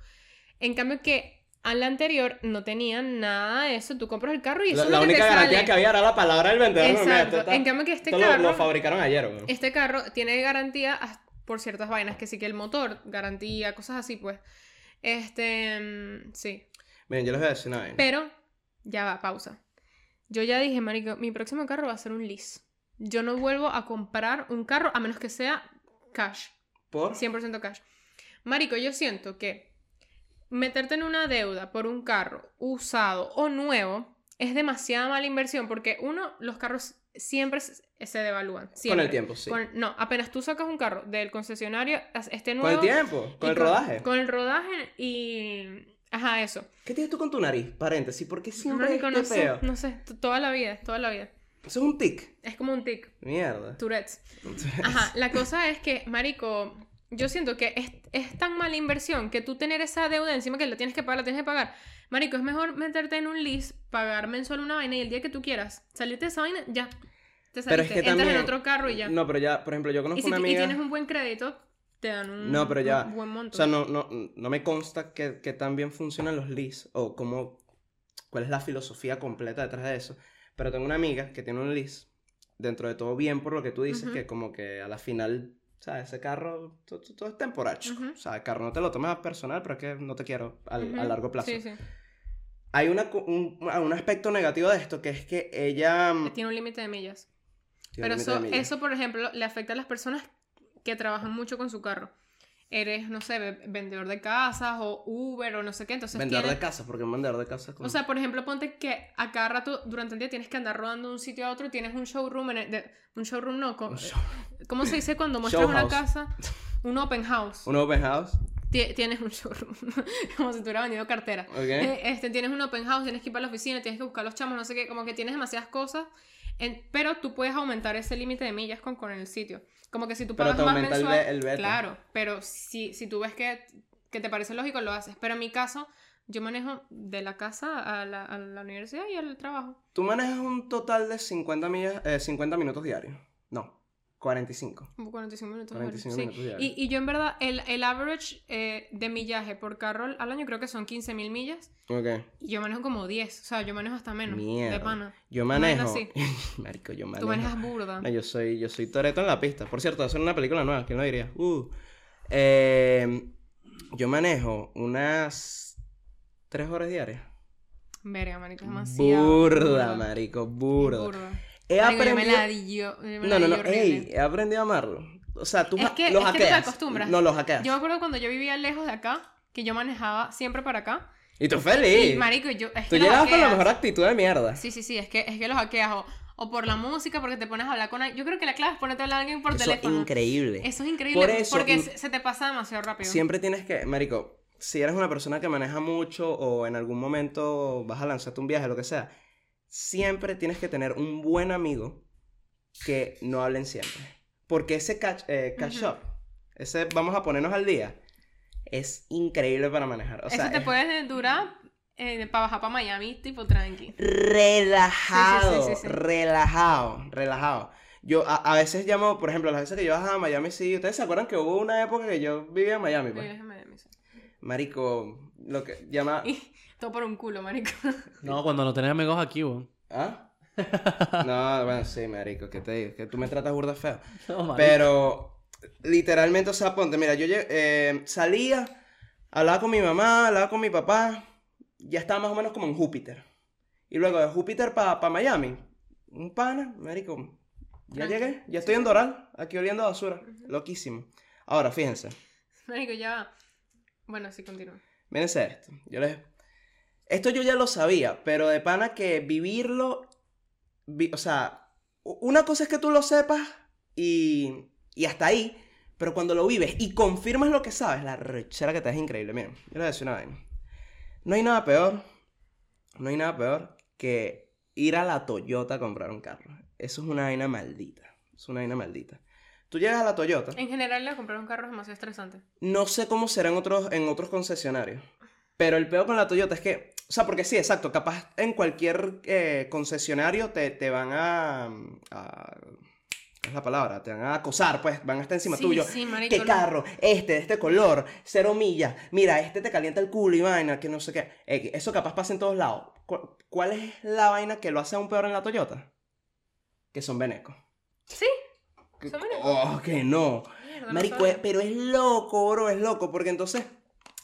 B: En cambio que al anterior no tenían nada de eso. Tú compras el carro y eso
A: La,
B: es
A: la
B: lo que te
A: única garantía
B: sale.
A: que había era la palabra del vendedor.
B: Exacto.
A: mira, esto está-
B: En cambio que este
A: esto lo-
B: carro-
A: Lo, fabricaron ayer, weón.
B: Este carro tiene garantía has- por ciertas vainas, que sí que el motor, garantía, cosas así, pues. Este, mm, sí.
A: Miren, yo les voy a decir una vaina.
B: Pero, ya va, pausa. Yo ya dije, marico, mi próximo carro va a ser un lease. Yo no vuelvo a comprar un carro a menos que sea cash,
A: Por...
B: 100% cash. Marico, yo siento que meterte en una deuda por un carro usado o nuevo es demasiada mala inversión porque uno, los carros siempre se se devalúan.
A: Con
B: siempre.
A: el tiempo, sí.
B: Con- no, apenas tú sacas un carro del concesionario, as- este nuevo.
A: Con el tiempo,
B: y
A: con el rodaje.
B: Con el rodaje y. Ajá, eso.
A: ¿Qué tienes tú con tu nariz? Paréntesis, ¿por qué siempre
B: Marico,
A: es
B: no
A: este peo?
B: sé, no sé, t- toda la vida, toda la vida.
A: Eso es un tic.
B: Es como un tic,
A: Mierda.
B: Tourette's. Ajá, la cosa es que, Marico, yo siento que es, es tan mala inversión que tú tener esa deuda encima que la tienes que pagar, la tienes que pagar. Marico, es mejor meterte en un lease, pagar mensual una vaina y el día que tú quieras salirte de esa vaina, ya. Te saliste,
A: Pero es que
B: entras
A: también...
B: en otro carro y ya.
A: No, pero ya, por ejemplo, yo conozco
B: y si
A: una
B: ti- y
A: amiga...
B: tienes un buen crédito, te dan un,
A: No, pero ya va.
B: un buen
A: O
B: monto.
A: sea, no, no, no me consta que, que tan bien funcionan los lease o cómo, cuál es la filosofía completa detrás de eso. Pero tengo una amiga que tiene un lease, dentro de todo bien por lo que tú dices,
B: Ujú.
A: que como que a la final, ¿sabes? Ese carro, to- to- todo, es temporal. chico.
B: Ujú.
A: O sea, el carro no te lo tomes a personal, pero es que no te quiero al-
B: Ujú.
A: a largo plazo.
B: Sí, sí.
A: Hay una, co- un, ah, un aspecto negativo de esto, que es que ella... mm,
B: Tiene un límite de millas.
A: tiene
B: Pero
A: límite
B: eso,
A: de millas.
B: eso, por ejemplo, le afecta a las personas que trabajan mucho con su carro. eres, no sé, ve- vendedor de casas o Uber o no sé qué, entonces
A: Vender
B: tienes-
A: de casa, porque vender de casa es como...
B: O sea, por ejemplo, ponte que a cada rato durante el día tienes que andar rodando de un sitio a otro, tienes un showroom, en el- de- un showroom no, co- eh,
A: un, show-
B: ¿cómo se dice cuando muestras una
A: Showhouse.
B: casa? Un open house.
A: un open house,
B: Ti- Tienes un showroom, como si te hubiera vendido cartera.
A: ¿ok?
B: Eh, Este, tienes un open house, tienes que ir para la oficina, tienes que buscar los chamos, no sé qué, como que tienes demasiadas cosas, en- pero tú puedes aumentar ese límite de millas con, con el sitio. Como que si tú
A: Pero
B: pagas
A: te
B: más
A: aumenta el
B: mensual,
A: ve- el vete.
B: claro, pero si, si tú ves que, que te parece lógico, lo haces. Pero en mi caso, yo manejo de la casa a la, a la universidad y al trabajo.
A: Tú manejas un total de 50, millas, eh, 50 minutos diarios. No, 45.
B: Como 45 minutos.
A: 45
B: sí.
A: minutos diarios.
B: Y, y yo en verdad, el, el average eh, de millaje por carro al año creo que son 15.000 mil millas.
A: Ok.
B: Y yo manejo como 10, o sea, yo manejo hasta menos. De
A: Mierda.
B: pana.
A: Yo
B: Bueno,
A: manejo...
B: sí.
A: Marico, yo manejo...
B: Tú manejas burda.
A: No, yo soy, yo soy Toreto en la pista. Por cierto, hacer una película nueva, ¿quién lo diría? Uh. Eh, yo manejo unas tres horas diarias.
B: Verga, marico, es demasiado.
A: Burda, marico, burda. He
B: Marico, yo me
A: aprendido.
B: la di yo. yo me
A: No, no,
B: la di
A: no,
B: horrible.
A: ey, he aprendido a amarlo. O sea, tú
B: Es
A: ha-
B: que-
A: los
B: es que tú te
A: hackeas.
B: acostumbras.
A: No, los hackeas.
B: Yo me acuerdo cuando yo vivía lejos de acá, que yo manejaba siempre para acá.
A: Y tú
B: Y
A: feliz.
B: marico, yo. Es
A: tú
B: que los
A: llegabas con la
B: hackeas.
A: mejor actitud de mierda.
B: Sí, sí, sí, es que, es que los hackeas. O, o por la música, porque te pones a hablar con alguien. Yo creo que la clave es ponerte a hablar a alguien por
A: Eso es
B: teléfono.
A: increíble.
B: Eso es increíble.
A: Por eso,
B: porque
A: mm,
B: se, se te pasa demasiado rápido.
A: Siempre tienes que, marico, si eres una persona que maneja mucho o en algún momento vas a lanzarte un viaje, lo que sea, siempre tienes que tener un buen amigo que no hablen siempre. Porque ese catch, eh, catch
B: Ujú.
A: up, ese vamos a ponernos al día, es increíble para manejar. O sea,
B: Eso te
A: es
B: puede durar eh, para bajar para Miami, tipo tranqui.
A: relajado,
B: Sí, sí, sí, sí, sí.
A: relajado, relajado. Yo a, a veces llamo, por ejemplo, las veces que yo bajaba a Miami, sí, ustedes se acuerdan que hubo una época que yo vivía en Miami, pues.
B: Vives en Miami, sí.
A: Marico, lo que llama...
B: Y todo por un culo, marico.
C: No, cuando no tenés amigos aquí, weón.
A: ¿Ah? No, bueno, sí, marico, que te digo, que tú me tratas burda feo.
C: No, marico.
A: Pero, literalmente, o sea, ponte, mira, yo lle- eh, salía, hablaba con mi mamá, hablaba con mi papá, ya estaba más o menos como en Júpiter. Y luego de Júpiter para Miami, un pana, marico, ya
B: Tranqui.
A: llegué, ya estoy en Doral, aquí oliendo a basura, loquísimo. Ahora, fíjense,
B: Marico, ya va. Bueno, sí, continúa.
A: Mírense esto. Yo les... Esto yo ya lo sabía, pero de pana que vivirlo. vi- O sea, u- una cosa es que tú lo sepas y, y hasta ahí, pero cuando lo vives y confirmas lo que sabes, la rechera que te da es increíble. Miren, yo les voy a decir una vaina. No hay nada peor, no hay nada peor que ir a la Toyota a comprar un carro. Eso es una vaina maldita. Es una vaina maldita. Tú llegas a la Toyota.
B: En general, la comprar un carro es demasiado estresante.
A: No sé cómo será en otros, en otros concesionarios. Pero el peor con la Toyota es que. O sea, porque sí, exacto. Capaz en cualquier eh, concesionario te, te van a, a- ¿cuál Es la palabra. Te van a acosar, pues. Van a estar encima
B: sí,
A: tuyo.
B: Sí, marico.
A: ¿Qué
B: no.
A: carro? Este, de este color. Cero millas. Mira, este te calienta el culo y vaina, que no sé qué. Eh, eso capaz pasa en todos lados. ¿Cu- ¿Cuál es la vaina que lo hace aún peor en la Toyota? Que son venecos.
B: Sí.
A: Que-
B: son venecos.
A: Oh, que no.
B: Mierda, no
A: Marico,
B: sabía.
A: es- pero es loco, bro, es loco, porque entonces,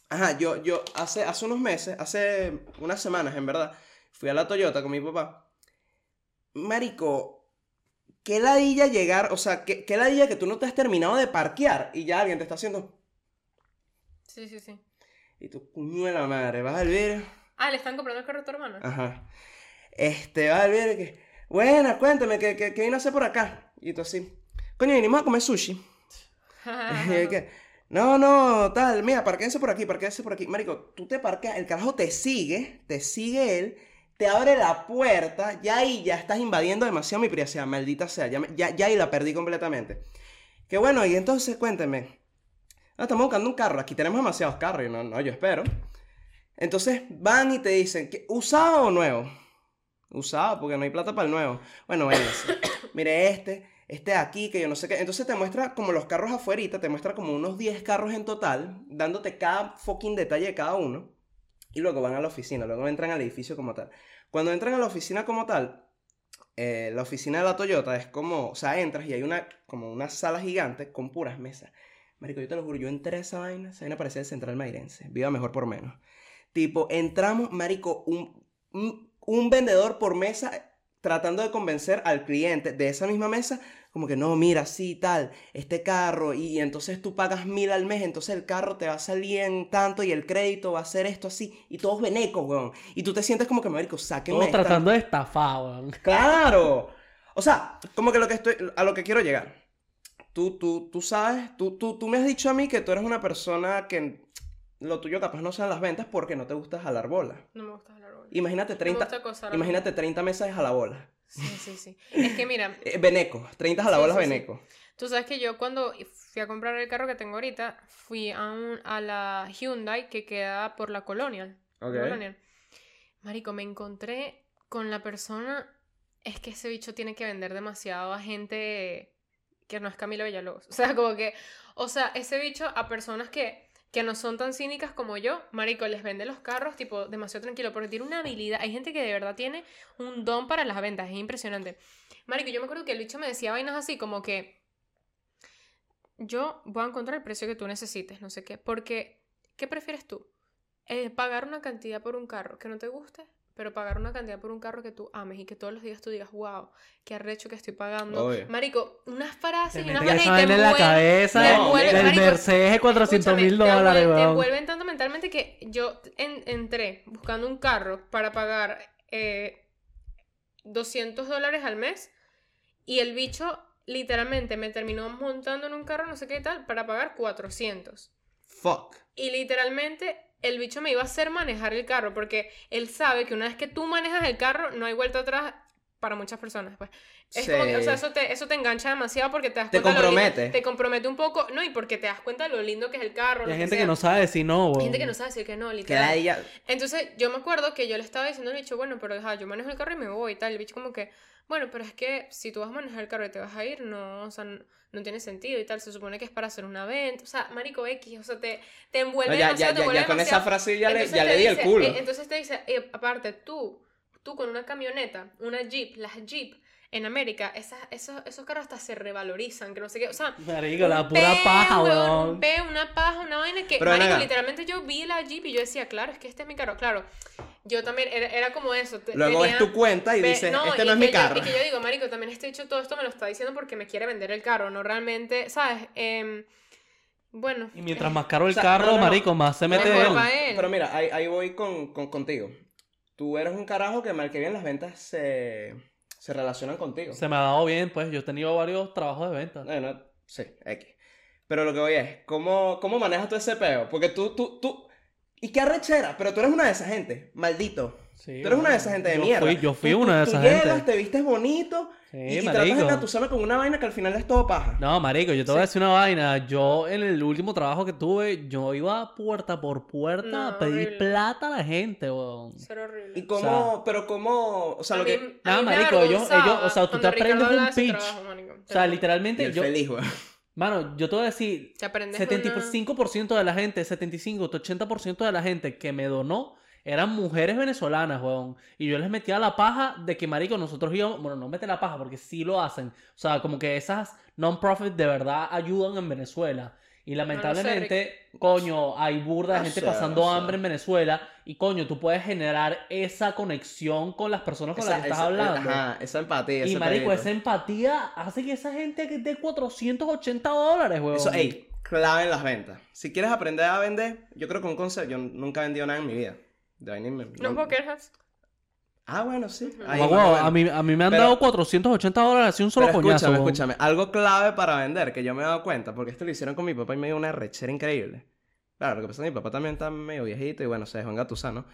A: ajá, yo, yo hace, hace unos meses, hace unas semanas, en verdad, fui a la Toyota con mi papá. Marico, qué ladilla llegar, o sea, qué, qué ladilla que tú no te has terminado de parquear y ya alguien te está haciendo,
B: Sí, sí, sí.
A: y tú, coño de la madre, vas al ver,
B: Ah, le están comprando el carro a tu hermana.
A: ajá, este, vas al ver, que, bueno, cuéntame, ¿qué, qué, qué vino a hacer por acá? Y tú así, coño, vinimos a comer sushi. Y yo Ah. que, no, no, tal, mira, parquense por aquí, parquense por aquí. Marico, tú te parqueas, el carajo te sigue, te sigue él, te abre la puerta, ya ahí ya estás invadiendo demasiado mi privacidad, maldita sea, ya, me- ya, ya ahí la perdí completamente. Que bueno, y entonces cuénteme, ah, estamos buscando un carro, aquí tenemos demasiados carros, y no, no, yo espero. Entonces van y te dicen, ¿qué- ¿usado o nuevo? Usado, porque no hay plata para el nuevo. Bueno, váyanse. Mire este, este de aquí, que yo no sé qué. Entonces te muestra como los carros afuerita, te muestra como unos 10 carros en total, dándote cada fucking detalle de cada uno. Y luego van a la oficina, luego entran al edificio como tal. Cuando entran a la oficina como tal, eh, la oficina de la Toyota es como, o sea, entras y hay una, como una sala gigante con puras mesas. Marico, yo te lo juro, yo entré a esa vaina, esa vaina parecía el Central Mairense, viva mejor por menos. Tipo, entramos, marico, un, un, un vendedor por mesa tratando de convencer al cliente de esa misma mesa como que no, mira, sí, tal, este carro, y, entonces tú pagas mil al mes, entonces el carro te va a salir en tanto y el crédito va a ser esto así, y todos venecos, weón. Y tú te sientes como que, marico, sáquenme.
C: Todos
A: esta-
C: tratando de estafar, weón.
A: Claro. O sea, como que lo que estoy, a lo que quiero llegar. Tú, tú, tú sabes, tú, tú, tú me has dicho a mí que tú eres una persona que lo tuyo capaz no sean las ventas porque no te gusta jalar bola.
B: No me gusta hablar bola.
A: Imagínate
B: No me
A: 30,
B: gusta acosar a la
A: imagínate 30 mesas de jalabola.
B: Sí, sí, sí. Es que mira,
A: Eh, Beneco, 30 jalabolas
B: Sí, sí, sí.
A: Beneco.
B: tú sabes que yo cuando fui a comprar el carro que tengo ahorita, fui a, un- a la Hyundai que queda por la Colonial.
A: Ok.
B: Colonial. Marico, me encontré con la persona. Es que ese bicho tiene que vender demasiado a gente que no es Camilo Villalobos. O sea, como que. O sea, ese bicho a personas que, que no son tan cínicas como yo, Marico, les vende los carros, tipo, demasiado tranquilo. Porque tiene una habilidad. Hay gente que de verdad tiene un don para las ventas. Es impresionante. Marico, yo me acuerdo que el bicho me decía vainas así como que. Yo voy a encontrar el precio que tú necesites, no sé qué. Porque, ¿qué prefieres tú? Eh, pagar una cantidad por un carro que no te guste, pero pagar una cantidad por un carro que tú ames y que todos los días tú digas, wow, qué arrecho que estoy pagando.
A: Obvio.
B: Marico, unas frases y unas
C: Meten
B: vainas
C: esa
B: y te
C: vaina en la
B: mueres.
C: cabeza
B: te
A: No,
B: mueres,
C: del
B: marico.
C: Mercedes de 400
B: Escúchame,
C: mil
B: te
C: dólares,
B: envuelven- Te
C: weón.
B: envuelven tanto mentalmente que yo en- entré buscando un carro para pagar eh, 200 dólares al mes y el bicho literalmente me terminó montando en un carro no sé qué tal para pagar 400.
A: Fuck.
B: Y literalmente el bicho me iba a hacer manejar el carro porque él sabe que una vez que tú manejas el carro no hay vuelta atrás para muchas personas, pues. Es como que, o
A: Sí.
B: sea, eso te, eso te engancha demasiado porque te das
A: Te
B: cuenta de lo lindo-
A: compromete.
B: te compromete un poco, no, y porque te das cuenta de lo lindo que es el carro.
C: Y
B: lo
C: hay gente
B: sea.
C: que no sabe decir no, weón.
B: Hay gente que no sabe decir que no,
A: Que
B: literal.
A: la ella.
B: Entonces, yo me acuerdo que yo le estaba diciendo al bicho, bueno, pero deja, yo manejo el carro y me voy y tal. El bicho como que, bueno, pero es que si tú vas a manejar el carro y te vas a ir, no, o sea, no, no tiene sentido y tal. Se supone que es para hacer una venta. O sea, marico X, o sea, te, te envuelve
A: No, ya,
B: demasiado,
A: ya,
B: te
A: ya,
B: envuelve
A: ya con esa
B: demasiado.
A: frase ya le,
B: Entonces
A: ya
B: te
A: le di el
B: dice-
A: culo.
B: eh, entonces te dice, eh, aparte tú, tú con una camioneta, una Jeep, las Jeep en América, esas, esos, esos carros hasta se revalorizan, que no sé qué, o sea...
C: Marico, la
B: un
C: pura
B: peo,
C: paja,
B: weón,
C: weón.
B: Un peo, una paja, una vaina que,
A: Pero ven
B: marico,
A: acá.
B: literalmente yo vi la Jeep y yo decía, claro, es que este es mi carro, claro. Yo también, era, era como eso. te-
A: Luego
B: tenía-
A: ves tu cuenta y
B: ve-
A: dices, este
B: y
A: no es
B: que
A: mi
B: yo-
A: carro.
B: y que yo digo, marico, también este hecho todo esto me lo está diciendo porque me quiere vender el carro, no realmente, ¿sabes? Em, bueno.
C: Y mientras más caro el
A: O sea,
C: carro,
A: no, no, no.
C: marico, más se mete
B: Mejor
C: él.
B: pa' él.
A: Pero mira, ahí, ahí voy con, con- contigo. Tú eres un carajo que mal que bien las ventas se, se relacionan contigo.
C: Se me ha dado bien, pues. Yo he tenido varios trabajos de venta.
A: Bueno, sí, X. Pero lo que voy es, ¿cómo, cómo manejas tú ese peo? Porque tú, tú, tú... Y qué arrechera, pero tú eres una de esas gente, maldito.
C: Sí,
A: Tú eres una de
C: weón.
A: esas gente de
C: Yo
A: mierda.
C: fui- yo fui
A: Tú- tú-
C: una de
A: tú
C: esas
A: llegas,
C: gente.
A: te vistes bonito
C: Sí,
A: y, y tratas de
C: marico.
A: engatusarme con una vaina que al final es todo paja.
C: No, marico, yo te voy
A: Sí.
C: a decir una vaina. Yo, en el último trabajo que tuve, yo iba puerta por puerta
B: No,
C: a pedir
B: horrible.
C: plata a la gente, weón.
B: Ser horrible.
A: Y cómo, pero cómo, o sea,
B: A
A: lo
B: mí-
A: que...
B: a
C: No,
B: mí me
C: marico, ellos- ellos-
B: avergonzaba
C: o sea, tú te
B: cuando Ricardo
C: aprendes un
B: hablaba de su
C: pitch.
B: trabajo, marico.
C: O sea,
A: Y
C: literalmente,
A: el
C: yo,
A: feliz, weón.
C: mano, yo te voy a decir,
B: Te aprendes una-
C: 75% de la gente, 75, 80% de la gente que me donó eran mujeres venezolanas, weón. Y yo les metía la paja de que, marico, nosotros íbamos... Bueno, no mete la paja porque sí lo hacen. O sea, como que esas non-profit de verdad ayudan en Venezuela. Y
B: Rick.
C: lamentablemente, coño, hay burda de
A: No
C: gente
A: sé,
C: pasando
A: no sé.
C: hambre en Venezuela. Y coño, tú puedes generar esa conexión con las personas con las que estás hablando.
A: Ajá, esa empatía,
C: Y
A: ese
C: marico,
A: pedito.
C: esa empatía hace que esa gente que dé 480 dólares, weón.
A: Eso, ey, clave en las ventas. Si quieres aprender a vender, yo creo que un concepto, yo nunca he vendido nada en mi vida. De ahí ni me-
B: No, Poker Hats.
A: Ah, bueno, sí.
B: Ujú.
A: Ahí, más o
C: Guau, guau,
A: menos.
C: a, mí, a mí me han
A: Pero-
C: dado 480 dólares así un solo
A: Pero
C: coñazo.
A: escúchame,
C: weón.
A: escúchame. Algo clave para vender que yo me he dado cuenta, porque esto lo hicieron con mi papá y me dio una rechera increíble. Claro, lo que pasa es que mi papá también está medio viejito y bueno, se dejó engatusar, ¿no?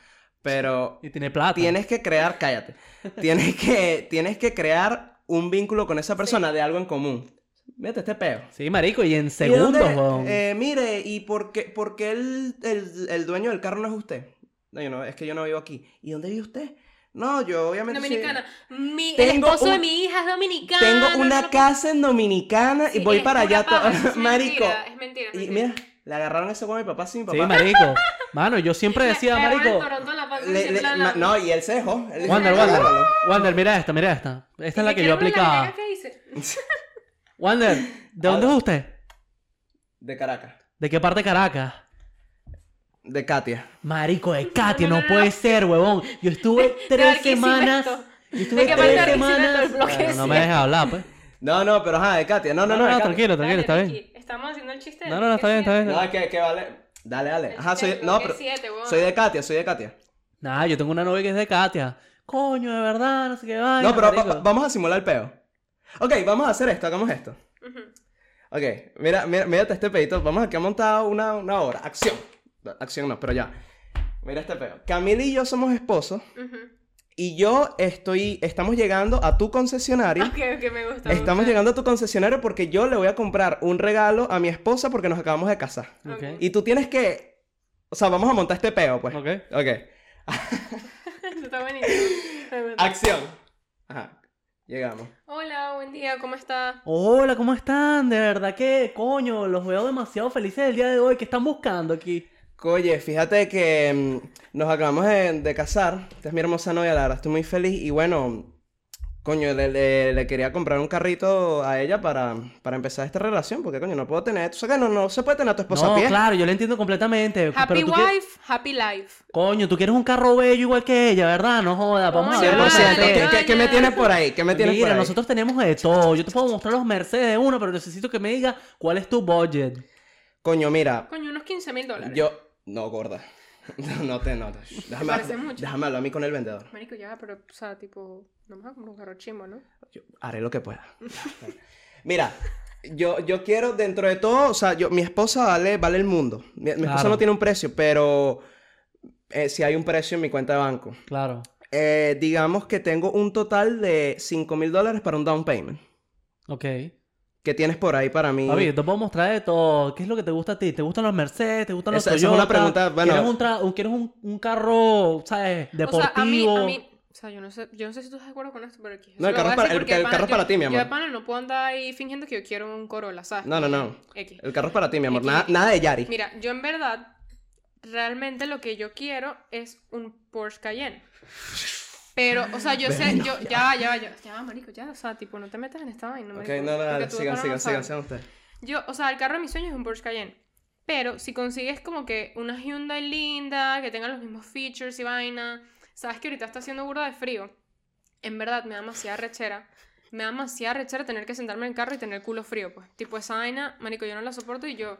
A: Pero
C: Y tiene plata.
A: tienes que crear, cállate, tienes que, tienes que crear un vínculo con esa persona de algo en común. Mete este peo.
C: Sí, marico, y en
A: ¿Y dónde-
C: segundos, weón.
A: eh, mire, ¿y por qué, por qué el, el- el dueño del carro no es usted? No, yo no, es que yo no vivo aquí. ¿Y dónde vive usted? No, yo obviamente... soy-
B: Dominicana. Mi, el
A: Tengo
B: esposo de
A: un-
B: mi hija es dominicano.
A: Tengo una
B: no-
A: casa en Dominicana
B: Sí, eh,
A: y voy
B: es
A: para
B: pura
A: allá todo.
B: paja, eso es
A: Marico.
B: mentira, es mentira, es
A: Y
B: mentira.
A: mira, le agarraron ese huevo a mi papá sin
C: Sí,
A: papá.
C: marico. Mano, yo siempre decía,
B: Me- me
C: marico.
B: agarran Toronto en la panza y
A: Le-
B: siempre
A: le-
B: la-
A: ma- no, y él se dejó. Él-
C: Wander, Wander.
A: Agárralo.
C: Wander, mira esta, mira esta. Esta es la
B: ¿Y
C: que
B: qué
C: yo
B: era la
C: aplicaba.
B: verga que hice?
C: Wander, ¿de dónde es
A: Ahora.
C: usted?
A: De Caracas.
C: ¿De qué parte de Caracas?
A: De Katia.
C: Marico, de Katia,
B: no,
C: no
B: no,
C: puede
B: no.
C: ser, huevón. Yo estuve tres
B: Barquisimeto.
C: semanas. Yo estuve
B: ¿De qué parte de
C: tres
B: Barquisimeto?
C: semanas.
B: El bloque
C: Bueno, no me
B: siete.
C: dejes hablar, pues.
A: De No, no, pero ajá, de Katia. No, no, no, de Katia.
C: tranquilo,
B: Dale,
C: tranquilo, está
B: Ricky,
C: bien.
B: Estamos haciendo el chiste. de
C: No, no, no, está bien,
B: Enrique
C: está bien.
A: No, es que, que vale. Dale, dale.
B: Siete.
A: Ajá, soy.
B: Enrique
A: No, pero.
B: siete, huevón.
A: Soy de Katia, soy de Katia.
C: Nah, yo tengo una novia que es de Katia. Coño, de verdad, no sé qué vaina.
A: No, pero va-
C: marico.
A: va- vamos a simular el peo. Ok, vamos a hacer esto, hagamos esto.
B: Ujú.
A: Ok, mira, mira, mírate este pedito. Vamos aquí a montar una, una obra. Acción. No, Acción no, pero ya. Mira este peo. Camila y yo somos esposos.
B: Ujú.
A: Y yo estoy. Estamos llegando a tu concesionario.
C: Ah,
B: Ok, ok, me gusta. me
A: Estamos
B: gusta.
A: llegando a tu concesionario porque yo le voy a comprar un regalo a mi esposa porque nos acabamos de casar.
C: Ok.
A: Y tú tienes que. O sea, vamos a montar este peo, pues.
C: Ok.
A: Ok.
B: está buenísimo. Me gusta.
A: Acción. Ajá. Llegamos.
B: Hola, buen día, ¿cómo está?
C: Hola, ¿cómo están? De verdad que, coño, los veo demasiado felices el día de hoy. ¿Qué están buscando aquí?
A: Oye, fíjate que mm, nos acabamos de, de casar. Esta es mi hermosa novia, la verdad, estoy muy feliz. Y bueno, coño, le, le- le quería comprar un carrito a ella para, para empezar esta relación. Porque, coño, no puedo tener. Tú sabes que no, no se puede tener a tu esposa
C: no,
A: a pie.
C: claro, yo lo entiendo completamente.
B: Happy
C: pero tú quieres-
B: wife, happy life.
C: Coño, tú quieres un carro bello igual que ella, ¿verdad? No joda, vamos a
B: Coño,
C: ver.
A: 100%.
B: Vale,
A: ¿Qué, qué- qué me
B: vale.
A: tienes por ahí? ¿Qué me tienes por
C: Mira,
A: ahí?
C: nosotros tenemos de todo. Yo te puedo mostrar los Mercedes de uno, pero necesito que me digas cuál es tu budget.
A: Coño, mira,
B: Coño, unos 15 mil dólares.
A: yo. No, gorda. No, no te notas. Déjame,
B: parece mucho.
A: déjame hablar a mí con el vendedor.
B: Marico, ya, pero, o sea, tipo, no me vas a comprar un carro chimbo, ¿no?
A: Yo haré lo que pueda. Mira, yo, yo quiero dentro de todo, o sea, yo, mi esposa vale, vale el mundo. Mi, mi esposa
C: Claro.
A: no tiene un precio, pero si hay un precio en mi cuenta de banco.
C: Claro.
A: Eh, digamos que tengo un total de 5 mil dólares para un down payment.
C: Ok.
A: ¿Qué tienes por ahí para mí?
C: Papi, te puedo mostrar de todo. ¿Qué es lo que te gusta a ti? ¿Te gustan los Mercedes? ¿Te gustan los
A: Esa- esa es una
C: Toyota?
A: pregunta, bueno.
C: ¿Quieres un, tra- un- quieres un- un carro, sabes, deportivo?
B: O sea, a mí, a mí, o sea, yo no sé, yo no sé si tú estás de acuerdo con esto, pero aquí.
A: No, el
B: se lo
A: carro es
B: voy a
A: para- el-
B: decir porque
A: el
B: de pana-
A: carro es para
B: yo-
A: ti, mi
B: Yo de
A: amor.
B: pana no puedo andar ahí fingiendo que yo quiero un Corolla, ¿sabes?
A: No, no, no.
B: X.
A: El carro es para ti, mi amor.
B: Aquí.
A: Nada, nada de Yari.
B: Mira, yo en verdad, realmente lo que yo quiero es un Porsche Cayenne. Pero, o sea, yo sé, yo, ya, ya, ya, ya, marico, ya, o sea, tipo, no te metas en esta vaina.
A: ok,
B: marico,
A: no, no,
B: porque
A: dale,
B: tú de
A: sigan,
B: pana
A: sigan,
B: no
A: sigan,
B: sabes.
A: sigan ustedes.
B: Yo, o sea, el carro de mis sueños es un Porsche Cayenne. Pero si consigues como que una Hyundai linda, que tenga los mismos features y vaina. Sabes que ahorita está haciendo burda de frío. En verdad, me da demasiada rechera. Me da demasiada rechera tener que sentarme en el carro y tener el culo frío, pues. Tipo, esa vaina, marico, yo no la soporto y yo...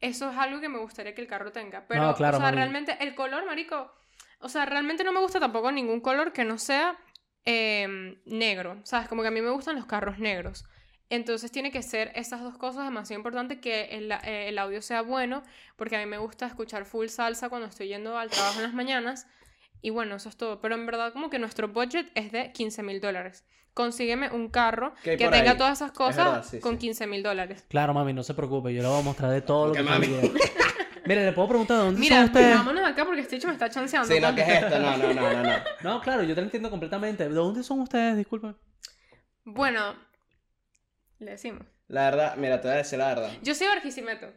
B: Eso es algo que me gustaría que el carro tenga. Pero,
C: No, claro,
B: o sea,
C: mami.
B: realmente, el color, marico... O sea, realmente no me gusta tampoco ningún color que no sea eh, negro. ¿Sabes? Como que a mí me gustan los carros negros. Entonces tiene que ser esas dos cosas demasiado importante que el, eh, el audio sea bueno, porque a mí me gusta escuchar full salsa cuando estoy yendo al trabajo en las mañanas. Y bueno, eso es todo. Pero en verdad como que nuestro budget es de 15 mil dólares. Consígueme un carro
A: Que hay
B: que
A: por
B: tenga
A: ahí.
B: todas esas cosas
A: verdad, sí,
B: con
A: sí.
B: 15 mil dólares.
C: Claro, mami, no se preocupe. Yo le voy a mostrar de todo lo
A: Ok,
C: que
A: mami.
C: consigue. Mira, le puedo preguntar de dónde
B: Mira,
C: son ustedes.
B: vámonos acá porque este hecho me está chanceando.
A: Sí, no,
B: coño.
A: ¿qué es esto? No, no, no, no, no.
C: No, claro, yo te lo entiendo completamente. ¿De dónde son ustedes? Disculpen.
B: Bueno, le decimos.
A: La verdad, mira, te voy a decir la verdad.
B: Yo soy Barquisimeto,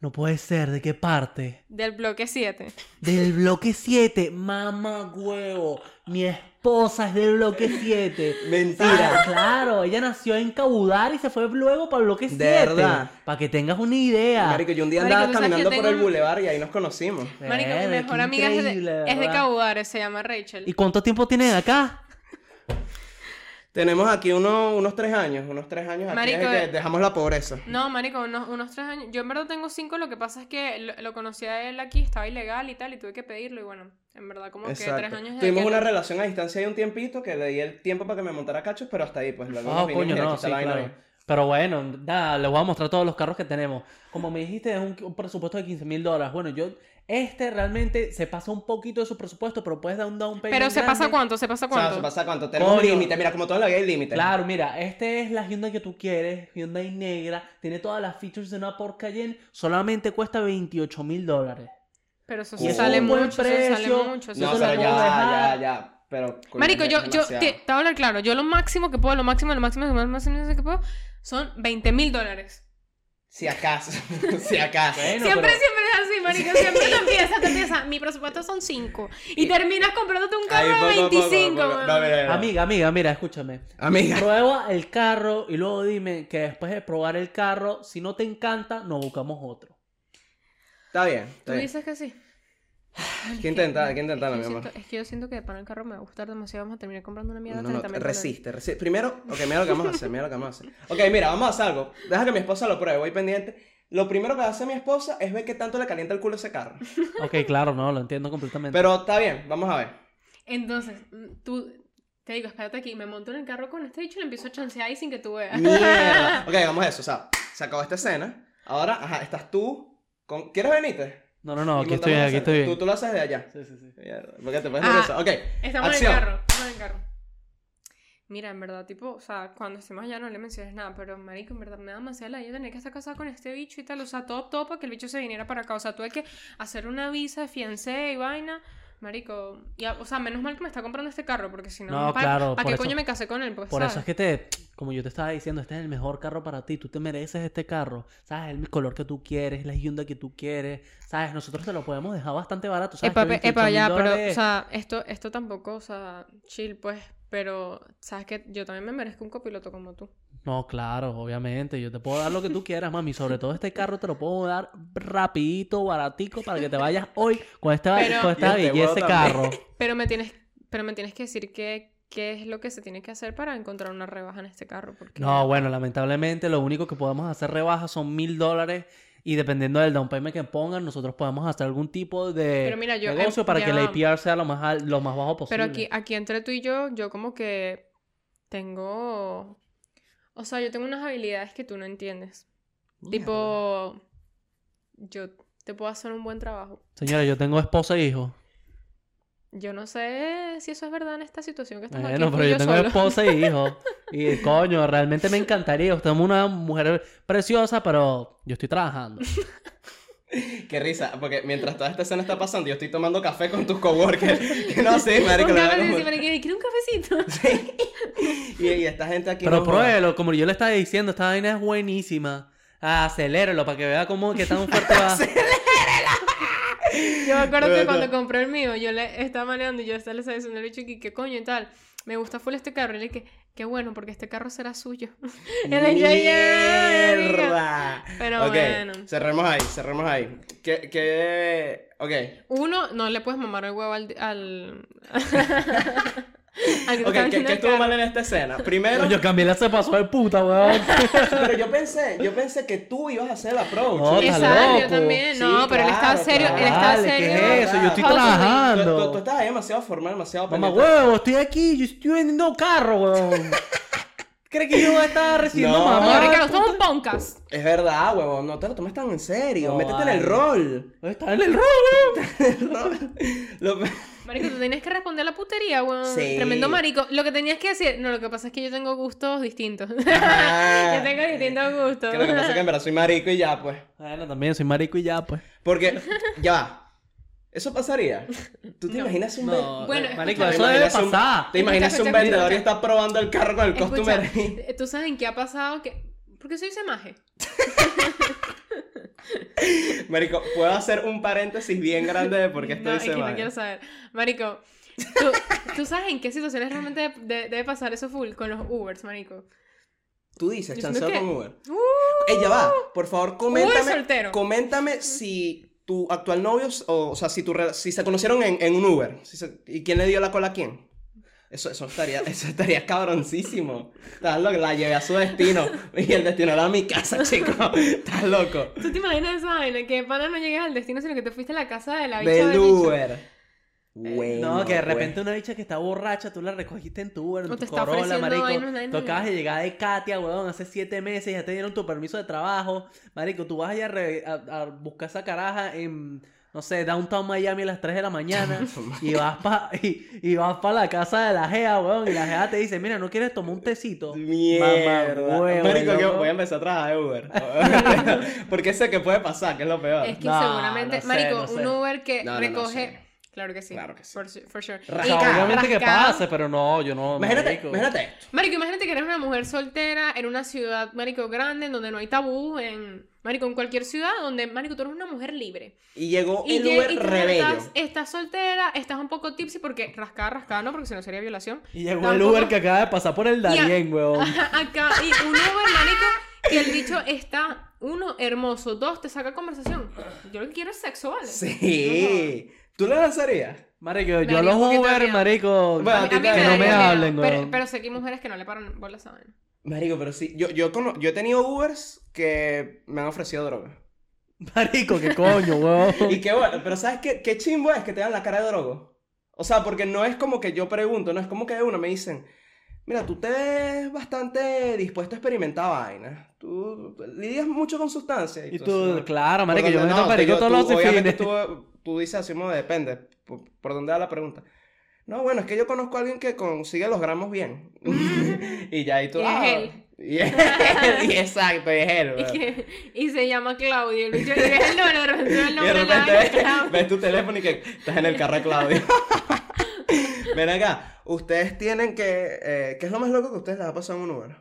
C: No puede ser, ¿de qué parte?
B: del bloque 7.
C: Del bloque 7, mamá huevo. Mi esposa es del bloque 7.
B: Ah.
A: Mentira.
C: claro, ella nació en Cabudar y se fue luego para el bloque 7.
A: verdad.
C: Para que tengas una idea.
A: Marico, yo un día
B: Marico,
A: andaba
B: tú sabes que
A: caminando
B: yo
A: por
B: tengo
A: el
B: un-
A: bulevar y ahí nos conocimos.
B: Marico, mi
C: Verde, qué
B: mejor amiga es
C: increíble,
B: de, es de
C: ¿verdad?
B: Caudares, se llama Rachel.
C: ¿Y cuánto tiempo tienen acá?
A: Tenemos aquí uno- unos tres años, unos tres años aquí
B: Marico,
A: desde que
B: eh.
A: dejamos la pobreza.
B: No, marico, unos, unos tres años. Yo en verdad tengo cinco, lo que pasa es que lo, lo conocí a él aquí, estaba ilegal y tal, y tuve que pedirlo, y bueno, en verdad como que tres
A: Exacto.
B: años... de
A: Tuvimos
B: que
A: una
B: lo-
A: relación a distancia de un tiempito que le di el tiempo para que me montara cachos, pero hasta ahí, pues luego
C: Ah,
A: nos vinimos
C: coño,
A: y aquí
C: no,
A: está
C: sí,
A: la vaina
C: claro.
A: bien.
C: Pero bueno, nada, les voy a mostrar todos los carros que tenemos. Como me dijiste, es un, un presupuesto de 15 mil dólares. Bueno, yo, este realmente se pasa un poquito de su presupuesto, pero puedes dar un down payment.
B: Pero se pasa
C: grande.
B: cuánto, se pasa
A: O sea,
B: cuánto.
A: ¿se pasa cuánto? Tenemos un
C: Coño.
A: límite, mira, como todo en la vida hay límite.
C: Claro, mira, este es la Hyundai que tú quieres, Hyundai negra, tiene todas las features de una Porsche Cayenne, solamente cuesta 28 mil dólares.
B: Pero eso
A: Y
B: sí
A: es
B: sale
A: un
C: buen
B: mucho, eso sale
C: precio.
B: mucho. eso
A: No,
C: se
A: pero
B: sale
C: lo
A: ya,
C: puedo
A: ya,
C: dejar.
A: ya, pero... coño,
B: Marico,
A: es
B: yo, yo te,
A: demasiado.
B: te voy a hablar claro. Yo lo máximo que puedo, lo máximo, lo máximo, lo máximo, lo máximo que puedo son 20 mil dólares.
A: Si acaso, si acaso.
C: Bueno,
B: Siempre,
C: pero-
B: siempre es así, marico. Siempre te empieza, te empieza. Mi presupuesto son 5. Y terminas comprándote un
A: Ahí,
B: carro
A: poco,
B: de
A: poco,
B: 25.
A: poco.
B: weón.
A: No, mira, mira.
C: Amiga, amiga, mira, escúchame.
A: Amiga.
C: Prueba el carro y luego dime que después de probar el carro, si no te encanta, nos buscamos otro.
A: Está bien, está
B: Tú
A: bien.
B: dices que sí.
A: Hay que intentar, hay que intentarlo,
B: es
A: mi
B: yo
A: amor.
B: siento- es que yo siento que para el carro me va a gustar demasiado. Vamos a terminar comprando una mierda este
A: No,
B: de
A: no, no,
B: 30.000 dólares.
A: resiste, resiste. Primero, ok, mira lo que vamos a hacer, mira lo que vamos a hacer. Ok, mira, vamos a hacer algo. Deja que mi esposa lo pruebe, voy pendiente. Lo primero que hace mi esposa es ver qué tanto le calienta el culo ese carro.
C: Ok, claro, no, lo entiendo completamente.
A: Pero está bien, vamos a ver.
B: Entonces, mm, tú te digo, espérate aquí, me monto en el carro con este bicho y le empiezo a chancear ahí sin que tú veas.
A: Mierda. Ok, vamos a eso, o sea, se acabó esta escena. Ahora, ajá, estás tú con... ¿Quieres venirte?
C: No, no, no,
A: Y
C: aquí estoy,
A: montamos la
C: aquí
A: escena.
C: estoy
A: Tú,
C: bien.
A: tú lo haces de allá.
C: Sí, sí, sí.
A: Mierda, porque te puedes
B: Ah.
A: regresar. Ok,
B: Estamos
A: Acción.
B: en el carro, estamos en el carro. Mira, en verdad, tipo, o sea, cuando estemos allá no le menciones nada, pero marico, en verdad me da demasiada la idea de tener que estar casada con este bicho y tal, o sea, todo, todo para que el bicho se viniera para acá, o sea, tuve que hacer una visa de fiancé y vaina, marico, y, a- o sea, menos mal que me está comprando este carro, porque si no,
C: No,
B: ¿para,
C: claro,
B: ¿para
C: por
B: qué
C: eso-
B: coño me casé con él? Pues,
C: Por eso es
B: ¿sabes?
C: que te, como yo te estaba diciendo, este es el mejor carro para ti, tú te mereces este carro, ¿sabes? El color que tú quieres, la Hyundai que tú quieres, ¿sabes? Nosotros te lo podemos dejar bastante barato, ¿sabes?
B: Epa,
C: Que
B: pe-
C: 28
B: epa,
C: mil
B: ya, pero, o
C: dólares.
B: sea, esto, esto tampoco, o sea, chill, pues, pero, ¿sabes que Yo también me merezco un copiloto como tú.
C: No, claro, obviamente, yo te puedo dar lo que tú quieras, mami, sobre todo este carro te lo puedo dar rapidito, baratico, para que te vayas hoy con esta,
B: Pero-
C: con esta
A: Y este
C: belleza de
A: huevo
C: carro.
A: también.
B: Pero me tienes, pero me tienes que decir que, qué es lo que se tiene que hacer para encontrar una rebaja en este carro. Porque...
C: No, bueno, lamentablemente lo único que podemos hacer rebajas son mil dólares y dependiendo del down payment que pongan, nosotros podemos hacer algún tipo de
B: Pero mira, yo-
C: negocio para
B: ya
C: que el
B: va.
C: APR sea lo más, al- lo más bajo posible.
B: Pero aquí, aquí entre tú y yo, yo como que tengo... O sea, yo tengo unas habilidades que tú no entiendes. Tipo, yo te puedo hacer un buen trabajo.
C: Señora, yo tengo esposa e hijo.
B: Yo no sé si eso es verdad en esta situación que estamos
C: Bueno,
B: aquí. tú
C: pero
B: y yo
C: yo tengo
B: solo.
C: esposa e hijo. Y coño, realmente me encantaría. Usted es una mujer preciosa, pero yo estoy trabajando.
A: qué risa, porque mientras toda esta escena está pasando, yo estoy tomando café con tus coworkers. Que no sé, marico,
B: Un
A: lo
B: café,
A: hago
B: dice,
A: muy-
B: "Mariquita, ¿quieres un cafecito?
A: y, y esta gente aquí...
C: Pero
A: no joda.
C: pruébelo, como yo le estaba diciendo, esta vaina es buenísima. Ah, Acelérelo para que vea cómo que tan fuerte va.
B: Yo me acuerdo que
A: verdad.
B: cuando compré el mío, yo le estaba manejando y yo estaba le estaba diciendo al bicho que qué coño y tal. Me gusta full este carro. Y le dije, qué bueno, porque este carro será suyo. Y le dije, "Yeah, amiga".
A: ¡Mierda!
B: Pero
A: Ok,
B: bueno.
A: cerremos ahí, cerremos ahí. ¿Qué, qué... Ok,
B: Uno, no le puedes mamar el huevo al. al... al que
A: Ok,
B: está
A: ¿qué,
B: viendo
A: qué
B: el
A: estuvo
B: carro.
A: mal en esta escena? Primero,
C: Coño, Camila se pasó de puta, weón.
A: pero yo pensé, yo pensé que tú ibas a hacer el approach.
C: No,
A: Tú-
C: estás
B: Exacto, yo
C: loco.
B: también.
A: Sí,
B: No, pero él estaba
A: claro,
B: serio.
A: claro.
B: Él estaba
C: Vale, ¿qué
B: serio.
C: es eso? Yo estoy
B: Hustling.
A: Tú,
C: trabajando.
A: tú- tú estabas demasiado formal, demasiado
C: Mamá
A: pendiente.
C: huevo, estoy aquí, yo estoy vendiendo carro, weón. ¿Crees que yo voy a estar recibiendo
A: No.
B: Oye,
C: mamá?
B: Ricardo, somos un podcast.
A: Es verdad, huevón, no te lo tomes tan en serio.
C: No,
A: Métete en
C: vale.
A: el rol.
C: Está en el rol, weón.
A: El rol. Lo pe-
B: Marico, tú tenías que responder la putería, weón.
A: Sí.
B: Tremendo marico. Lo que tenías que decir. No, lo que pasa es que yo tengo gustos distintos.
A: Ajá.
B: Yo tengo distintos gustos.
A: Ah, eh, Que lo que pasa es que en verdad soy marico y ya, pues.
C: Bueno, también soy marico y ya, pues.
A: Porque, ya va. Eso pasaría. ¿Tú te imaginas un
C: No,
A: vendedor?
B: Bueno,
C: marico,
B: escúchame.
C: eso debe
A: imaginas un-
C: pasar.
A: ¿Te imaginas
B: Escucha,
A: un
B: escucha,
A: vendedor y
B: escucha.
A: está probando el carro con el
B: Escucha,
A: costumer?
B: eh, ¿tú sabes en qué ha pasado? que ¿Por qué se dice maje?
A: Marico, puedo hacer un paréntesis bien grande de por qué
B: no,
A: estoy
B: es que
A: semana?
B: no quiero saber. Marico, ¿tú, tú sabes en qué situaciones realmente de- de- debe pasar eso full? Con los Ubers, marico.
A: Tú dices,
B: Yo
A: chanceo
B: siento
A: con
B: que- Uh.
A: Uber. Ella va, por favor, coméntame.
B: soltero.
A: Coméntame si tu actual novio, s- o, o sea, si, tu, re- si se conocieron en, en un Uber. si se- ¿Y quién le dio la cola a quién? Eso, eso, estaría, eso estaría cabroncísimo. Estás loco, la llevé a su destino. Y el destino era mi casa, chico. Estás loco.
B: ¿Tú te imaginas esa vaina? Que para no llegas al destino, sino que te fuiste a la casa de la bicha
A: Del
B: del bicho? Eh,
A: Uber. Bueno, pues.
C: no, que de
A: güey.
C: repente una bicha que está borracha, tú la recogiste en tu Uber, en
B: O
C: tu
B: te está
C: Corolla,
B: ofreciendo
C: marico.
B: vainas, vainas,
C: Tú acabas de
B: vainas.
C: llegar de Katia, weón, hace siete meses, ya te dieron tu permiso de trabajo. Marico, tú vas allá a, re- a- a buscar esa caraja en, no sé, Downtown Miami a las 3 de la mañana. y vas para y, y vas pa la casa de la GEA, weón, y la GEA te dice, mira, ¿no quieres tomar un tecito?
A: Mierda.
C: Mamá, huevo,
A: Marico, que
C: loco.
A: voy a empezar a trabajar de Uber. Porque sé que puede pasar, que es lo peor.
B: Es que
C: No,
B: seguramente,
C: no sé,
B: marico,
C: no sé.
B: un Uber que
A: No, no, no
B: recoge.
A: sé.
B: Claro que sí.
A: Claro que sí.
B: For, su- for sure.
C: O
A: Rascado,
B: Y
C: sea,
B: ca-
C: obviamente que
B: rascado.
C: pase, pero no, yo no,
A: Imagínate,
C: marico.
A: imagínate esto.
B: Marico, imagínate que eres una mujer soltera en una ciudad, marico, grande, en donde no hay tabú, en, marico, en cualquier ciudad donde, marico, tú eres una mujer libre.
A: Y llegó
B: Y,
A: el
B: lleg-
A: Uber
B: y tú
A: rebello.
B: estás, estás soltera, estás un poco tipsy porque rascada, rascada, no, porque si no sería violación.
C: Y llegó el
B: Tampoco-
C: Uber que acaba de pasar por el
B: a-
C: Darién, weón.
B: Ajá, Acá, y un Uber, marico, que el bicho está uno, hermoso. Dos, te saca conversación. Yo lo que quiero es sexo, ¿vale?
A: Sí. ¿Tú le lanzarías?
C: Marico,
B: Me
C: yo
B: daría
C: los
B: un poquito de
C: Uber,
B: miedo.
C: marico.
A: Bueno, a ti te-
C: que
A: me
C: no
B: daría
C: me
B: miedo,
C: hablen,
B: pero,
C: weón.
B: pero sé que hay mujeres que no le paran bolas a esa vaina.
A: Marico, pero sí. Yo, yo, cono- yo he tenido Ubers que me han ofrecido droga.
C: Marico, qué coño, weón.
A: Y qué bueno, pero ¿sabes qué, qué chimbo es que te dan la cara de drogo? O sea, porque no es como que yo pregunto, no es como que de una me dicen, mira, tú te ves bastante dispuesto a experimentar vainas. Tú lidias mucho con sustancias.
C: Y tú,
A: entonces-
C: claro, marico,
A: Por
C: yo me
A: donde-
C: meto
A: no,
C: perico
A: tú-
C: todos
A: tú-
C: los
A: obviamente
C: fines.
A: tú, tú dices así, como depende, por, por dónde va la pregunta. No, bueno, es que yo conozco a alguien que consigue los gramos bien. y ya, y tú...
B: Y es
A: ah,
B: él.
A: Y es él, y exacto, y es él.
B: Y,
A: weón.
B: que- y se llama Claudio. Y yo- y es el nombre, de repente veo el
A: Y de
B: nombre de la
A: repente
B: vaina,
A: ves,
B: Claudio.
A: ves tu teléfono y que estás en el carro de Claudio. Ven acá, ustedes tienen que... eh, ¿Qué es lo más loco que ustedes les ha pasado en un Uber?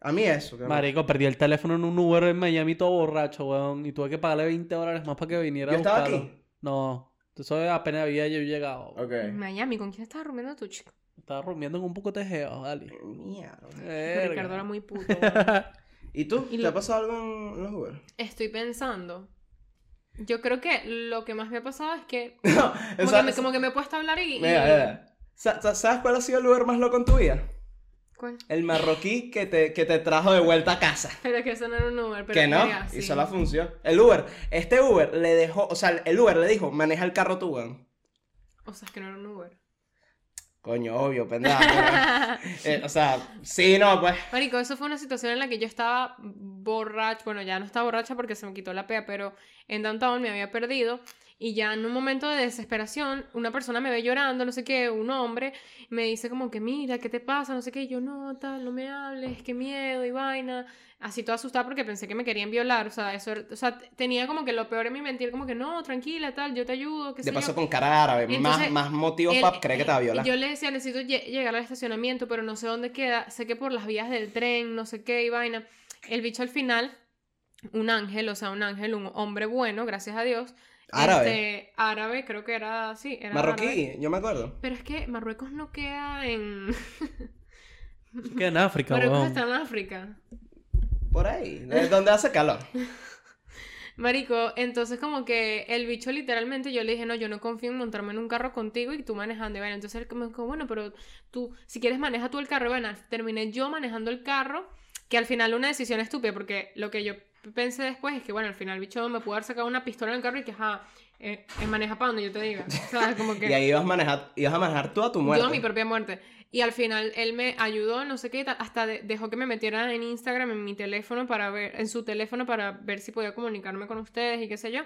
A: A mí eso. que-
C: Marico, perdí el teléfono en un Uber en Miami todo borracho, weón. Y tuve que pagarle 20 dólares más para que viniera
A: Yo
C: a
A: estaba
C: buscarlo.
A: aquí.
C: No, tú sabes, apenas había yo llegado. weón.
A: Ok.
B: Miami, ¿con quién estabas durmiendo tú, chico?
C: Estaba rumiando en un poco tejeo, dale.
A: Mierda.
C: Verga.
B: Ricardo era muy puto. weón.
A: ¿Y tú?
B: Y
A: ¿Te
B: lo-
A: ha pasado algo en los Uber?
B: Estoy pensando. Yo creo que lo que más me ha pasado es que
A: No,
B: como,
A: esa-
B: que, me, como que me he puesto a hablar y... y-
A: Mira, mira. Sa- sa- ¿Sabes cuál ha sido el lugar más loco en tu vida?
B: ¿Cuál?
A: El marroquí que te, que te trajo de vuelta a casa.
B: Pero que eso no era un Uber. Pero
A: que no,
B: verga, sí.
A: hizo la función. El Uber, este Uber le dejó, o sea, el Uber le dijo, maneja el carro tú, weón.
B: O sea, es que no era un Uber.
A: Coño, obvio, pendejo. Eh, o sea, sí, no, pues.
B: Marico, eso fue una situación en la que yo estaba borracha, bueno, ya no estaba borracha porque se me quitó la pea, pero en Downtown me había perdido y ya en un momento de desesperación una persona me ve llorando, no sé qué, un hombre, me dice como que mira, ¿qué te pasa? No sé qué, y yo no, tal, no me hables, qué miedo y vaina, así toda asustada porque pensé que me querían violar, o sea, eso, era- o sea, t- tenía como que lo peor en mi mentir, como que no, tranquila, tal, yo te ayudo, qué sé
A: De
B: yo.
A: paso con cara árabe, más,
B: Entonces,
A: más motivos
B: Él-
A: para creer que te va a violar.
B: eh, Yo le decía, necesito lle- llegar al estacionamiento, pero no sé dónde queda. Sé que por las vías del tren, no sé qué y vaina. El bicho al final, un ángel, o sea, un ángel, un hombre bueno, gracias a Dios.
A: árabe.
B: Este, árabe, creo que era así. Era
A: marroquí,
B: árabe.
A: yo me acuerdo.
B: Pero es que Marruecos no queda en.
C: Que en África,
B: Marruecos
C: weón.
B: está en África.
A: Por ahí, de donde hace calor.
B: Marico, entonces como que el bicho literalmente yo le dije, no, yo no confío en montarme en un carro contigo y tú manejando. Y bueno, entonces él como, como, bueno, pero tú, si quieres maneja tú el carro. Y bueno, terminé yo manejando el carro, que al final una decisión estúpida, porque lo que yo pensé después es que, bueno, al final el bicho me pudo haber sacado una pistola en el carro y que, ajá, eh, eh, maneja para donde yo te diga. O sea, como que...
A: Y ahí ibas a manejar, ibas a manejar tú a tu muerte.
B: Yo mi propia muerte. Y al final él me ayudó, no sé qué, y tal, hasta de- dejó que me metiera en Instagram, en mi teléfono, para ver, en su teléfono, para ver si podía comunicarme con ustedes y qué sé yo.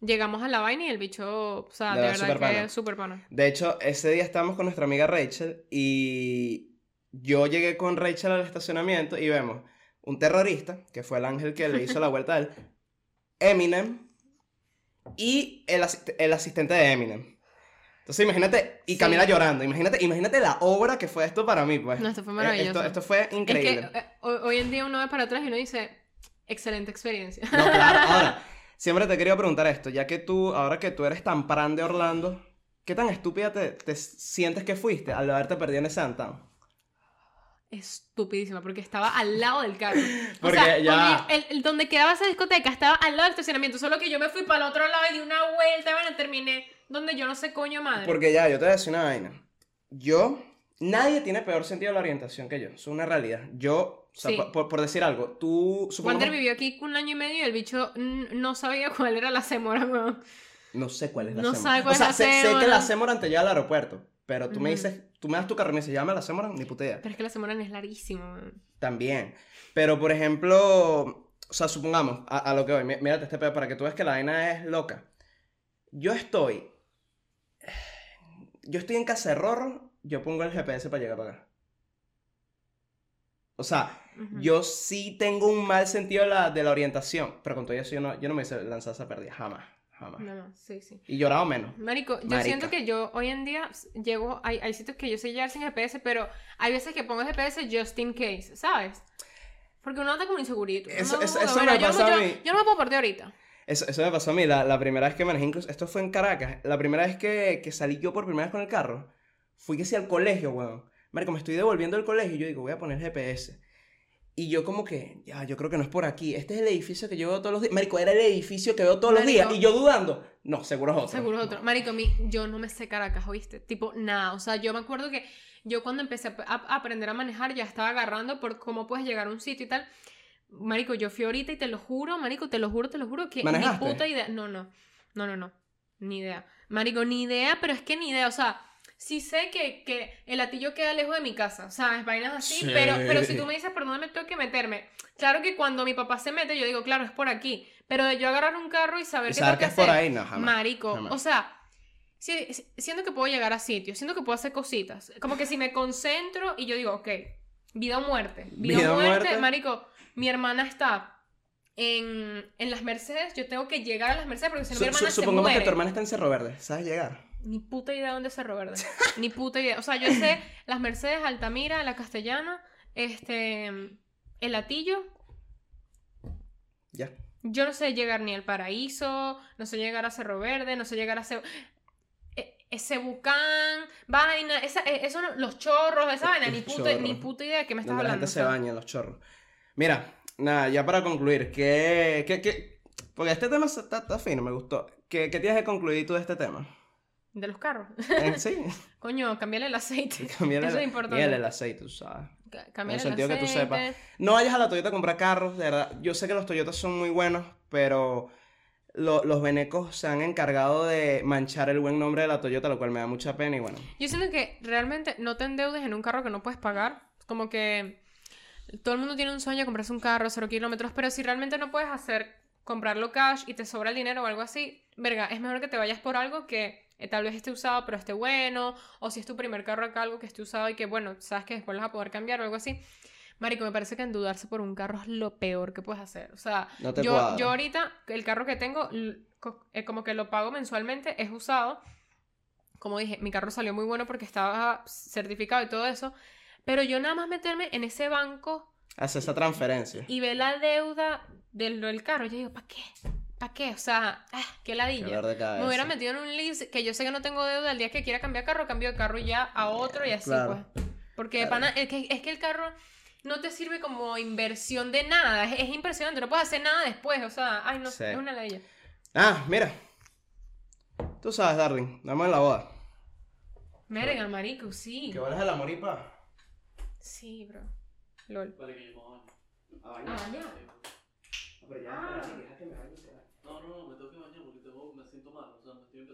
B: Llegamos a la vaina y el bicho, o sea,
A: De
B: de,
A: verdad,
B: verdad
A: súper
B: que
A: pana.
B: es súper pana.
A: De hecho, ese día estábamos con nuestra amiga Rachel y yo llegué con Rachel al estacionamiento y vemos un terrorista, que fue el ángel que le hizo la vuelta a él, Eminem y el, asist- el asistente de Eminem. Entonces imagínate, y
B: Sí.
A: Camila llorando, imagínate, imagínate la obra que fue esto para mí, pues.
B: No, esto fue
A: Eh,
B: maravilloso.
A: Esto, esto fue increíble.
B: Es que eh, ho- hoy en día uno ve para atrás y uno dice, excelente experiencia.
A: No, claro, ahora, siempre te quería preguntar esto, ya que tú, ahora que tú eres tan pran de Orlando, ¿qué tan estúpida te, te sientes que fuiste al haberte perdido en ese downtown?
B: Estupidísima, porque estaba al lado del carro.
A: Porque
B: o sea,
A: ya-
B: ponía- el, el- donde quedaba esa discoteca estaba al lado del estacionamiento, solo que yo me fui para el otro lado y di una vuelta, bueno, terminé donde yo no sé coño madre.
A: Porque ya, yo te voy a decir una vaina. Yo, nadie tiene peor sentido de la orientación que yo. Es una realidad. Yo, o sea,
B: Sí.
A: por- por, por decir algo, tú
B: Wander
A: supongamos...
B: vivió aquí un año y medio y el bicho mm, no sabía cuál era la semora, weón.
A: No sé cuál es la
B: No
A: Seymour.
B: sabe cuál
A: o
B: es
A: sea,
B: la
A: sé, sé que
B: Seymour.
A: la Semoran te lleva al aeropuerto, pero tú me
B: Ujú.
A: dices, tú me das tu carro y me dices, llama a la Semoran, ni puta idea.
B: Pero es que la semora es larguísima, weón.
A: También. Pero, por ejemplo, o sea, supongamos, a, a lo que voy, mí- mírate este pedo para que tú veas que la vaina es loca. Yo estoy. Yo estoy en casa de Rorro, yo pongo el GPS para llegar para acá. O sea,
B: Ujú.
A: yo sí tengo un mal sentido de la, de la orientación, pero con todo eso yo no, yo no me hice lanzar esa pérdida, jamás, jamás.
B: No, no, sí, sí.
A: Y llorado menos.
B: Marico, yo
A: Marica.
B: siento que yo hoy en día s- llego, hay, hay sitios que yo sé llegar sin GPS, pero hay veces que pongo GPS just in case, ¿sabes? Porque uno anda como insegurito. uno
A: Eso-
B: anda
A: eso-
B: como que,
A: eso me
B: yo, no
A: pasó a
B: yo-
A: mí.
B: yo no me puedo perder ahorita.
A: Eso, eso me pasó a mí, la, la primera vez que manejé, incluso, esto fue en Caracas, la primera vez que, que salí yo por primera vez con el carro, fui que sí al colegio, weón. Marico, me estoy devolviendo del colegio y yo digo, voy a poner GPS. Y yo como que, ya, yo creo que no es por aquí. Este es el edificio que yo veo todos los días. Marico, era el edificio que veo todos los
B: Marico.
A: días. Y yo dudando. No, seguro es otro.
B: Seguro es otro. Marico, a mí, yo no me sé Caracas, ¿oíste? Tipo, nada. O sea, yo me acuerdo que yo cuando empecé a, a aprender a manejar ya estaba agarrando por cómo puedes llegar a un sitio y tal. Marico, yo fui ahorita y te lo juro, marico, te lo juro, te lo juro que
A: ¿Manejaste?
B: ni puta idea. No, no. No, no, no. Ni idea. Marico, ni idea, pero es que ni idea. O sea, sí sé que, que el latillo queda lejos de mi casa. O sea, es vainas así,
A: Sí.
B: pero, pero si tú me dices por dónde me tengo que meterme. Claro que cuando mi papá se mete, yo digo, claro, es por aquí. Pero de yo agarrar un carro y saber
A: Y
B: qué tengo
A: saber
B: que
A: que es por
B: hacer,
A: ahí, no, jamás.
B: Marico,
A: jamás.
B: o sea, si- si- siento que puedo llegar a sitios, siento que puedo hacer cositas. Como que si me concentro y yo digo, ok, vida o muerte, vida,
A: Vida
B: o
A: o
B: muerte,
A: muerte.
B: Marico, mi hermana está en, en las Mercedes, yo tengo que llegar a las Mercedes porque si no mi
A: Su- su-
B: hermana se
A: supongamos
B: muere.
A: que tu hermana está en Cerro Verde. ¿Sabes llegar?
B: Ni puta idea dónde es Cerro Verde, ni puta idea. O sea, yo sé las Mercedes, Altamira, la Castellana, este, el Latillo,
A: Ya.
B: Yo no sé llegar ni al paraíso, no sé llegar a Cerro Verde, no sé llegar a Ce- e- ese bucán, vaina, esa, e- eso no- los chorros, esa vaina, ni
A: Los
B: puta, ni
A: chorros.
B: puta idea de qué me estás
A: Donde la
B: hablando.
A: gente
B: o
A: se
B: sea.
A: baña en los chorros. Mira, nada, ya para concluir, ¿qué, qué, qué? Porque este tema se- está, está fino, me gustó. ¿Qué, qué tienes que concluir tú de este tema?
B: De los carros.
A: Eh, Sí,
B: Coño, cambiarle el aceite.
A: cambiar
B: Eso es
A: el,
B: importante.
A: cambiar el aceite, tú ¿sabes?
B: Ca- Cambiarle el
A: sentido
B: aceite.
A: que tú sepas. No vayas a la Toyota a comprar carros, de verdad. Yo sé que los Toyotas son muy buenos, pero lo- los venecos se han encargado de manchar el buen nombre de la Toyota, lo cual me da mucha pena y bueno.
B: Yo siento que realmente no te endeudes en un carro que no puedes pagar. Como que todo el mundo tiene un sueño de comprarse un carro, cero kilómetros, pero si realmente no puedes hacer comprarlo cash y te sobra el dinero o algo así, verga, es mejor que te vayas por algo que eh, tal vez esté usado pero esté bueno, o si es tu primer carro acá, algo que esté usado y que bueno, sabes que después lo vas a poder cambiar o algo así. Marico, me parece que endeudarse por un carro es lo peor que puedes hacer. O sea,
A: No te
B: yo,
A: cuadra.
B: yo ahorita, el carro que tengo, l- co- eh, como que lo pago mensualmente, es usado. Como dije, mi carro salió muy bueno porque estaba certificado y todo eso. Pero yo nada más meterme en ese banco
A: Hace esa transferencia.
B: y ver la deuda del, del carro, yo digo, ¿para qué? ¿Para qué? O sea, ah, qué
A: Qué
B: ladilla.
A: dolor de cabeza.
B: Me hubiera metido en un lease que yo sé que no tengo deuda. El día que quiera cambiar carro, cambio de carro ya a otro y así,
A: Eh, claro.
B: pues. Porque de pana, es, que, es que el carro no te sirve como inversión de nada. Es, es impresionante, no puedes hacer nada después. O sea, ay, no,
A: Sí.
B: es una ley.
A: Ah, mira. Tú sabes, darling, dame en la boda.
B: Merga, marico, sí.
A: vuelas el amor y paz.
B: Sí, bro. LOL.
C: Vale, que yo me baño.
B: Ah, ya.
C: No, no, no, me tengo que bañar.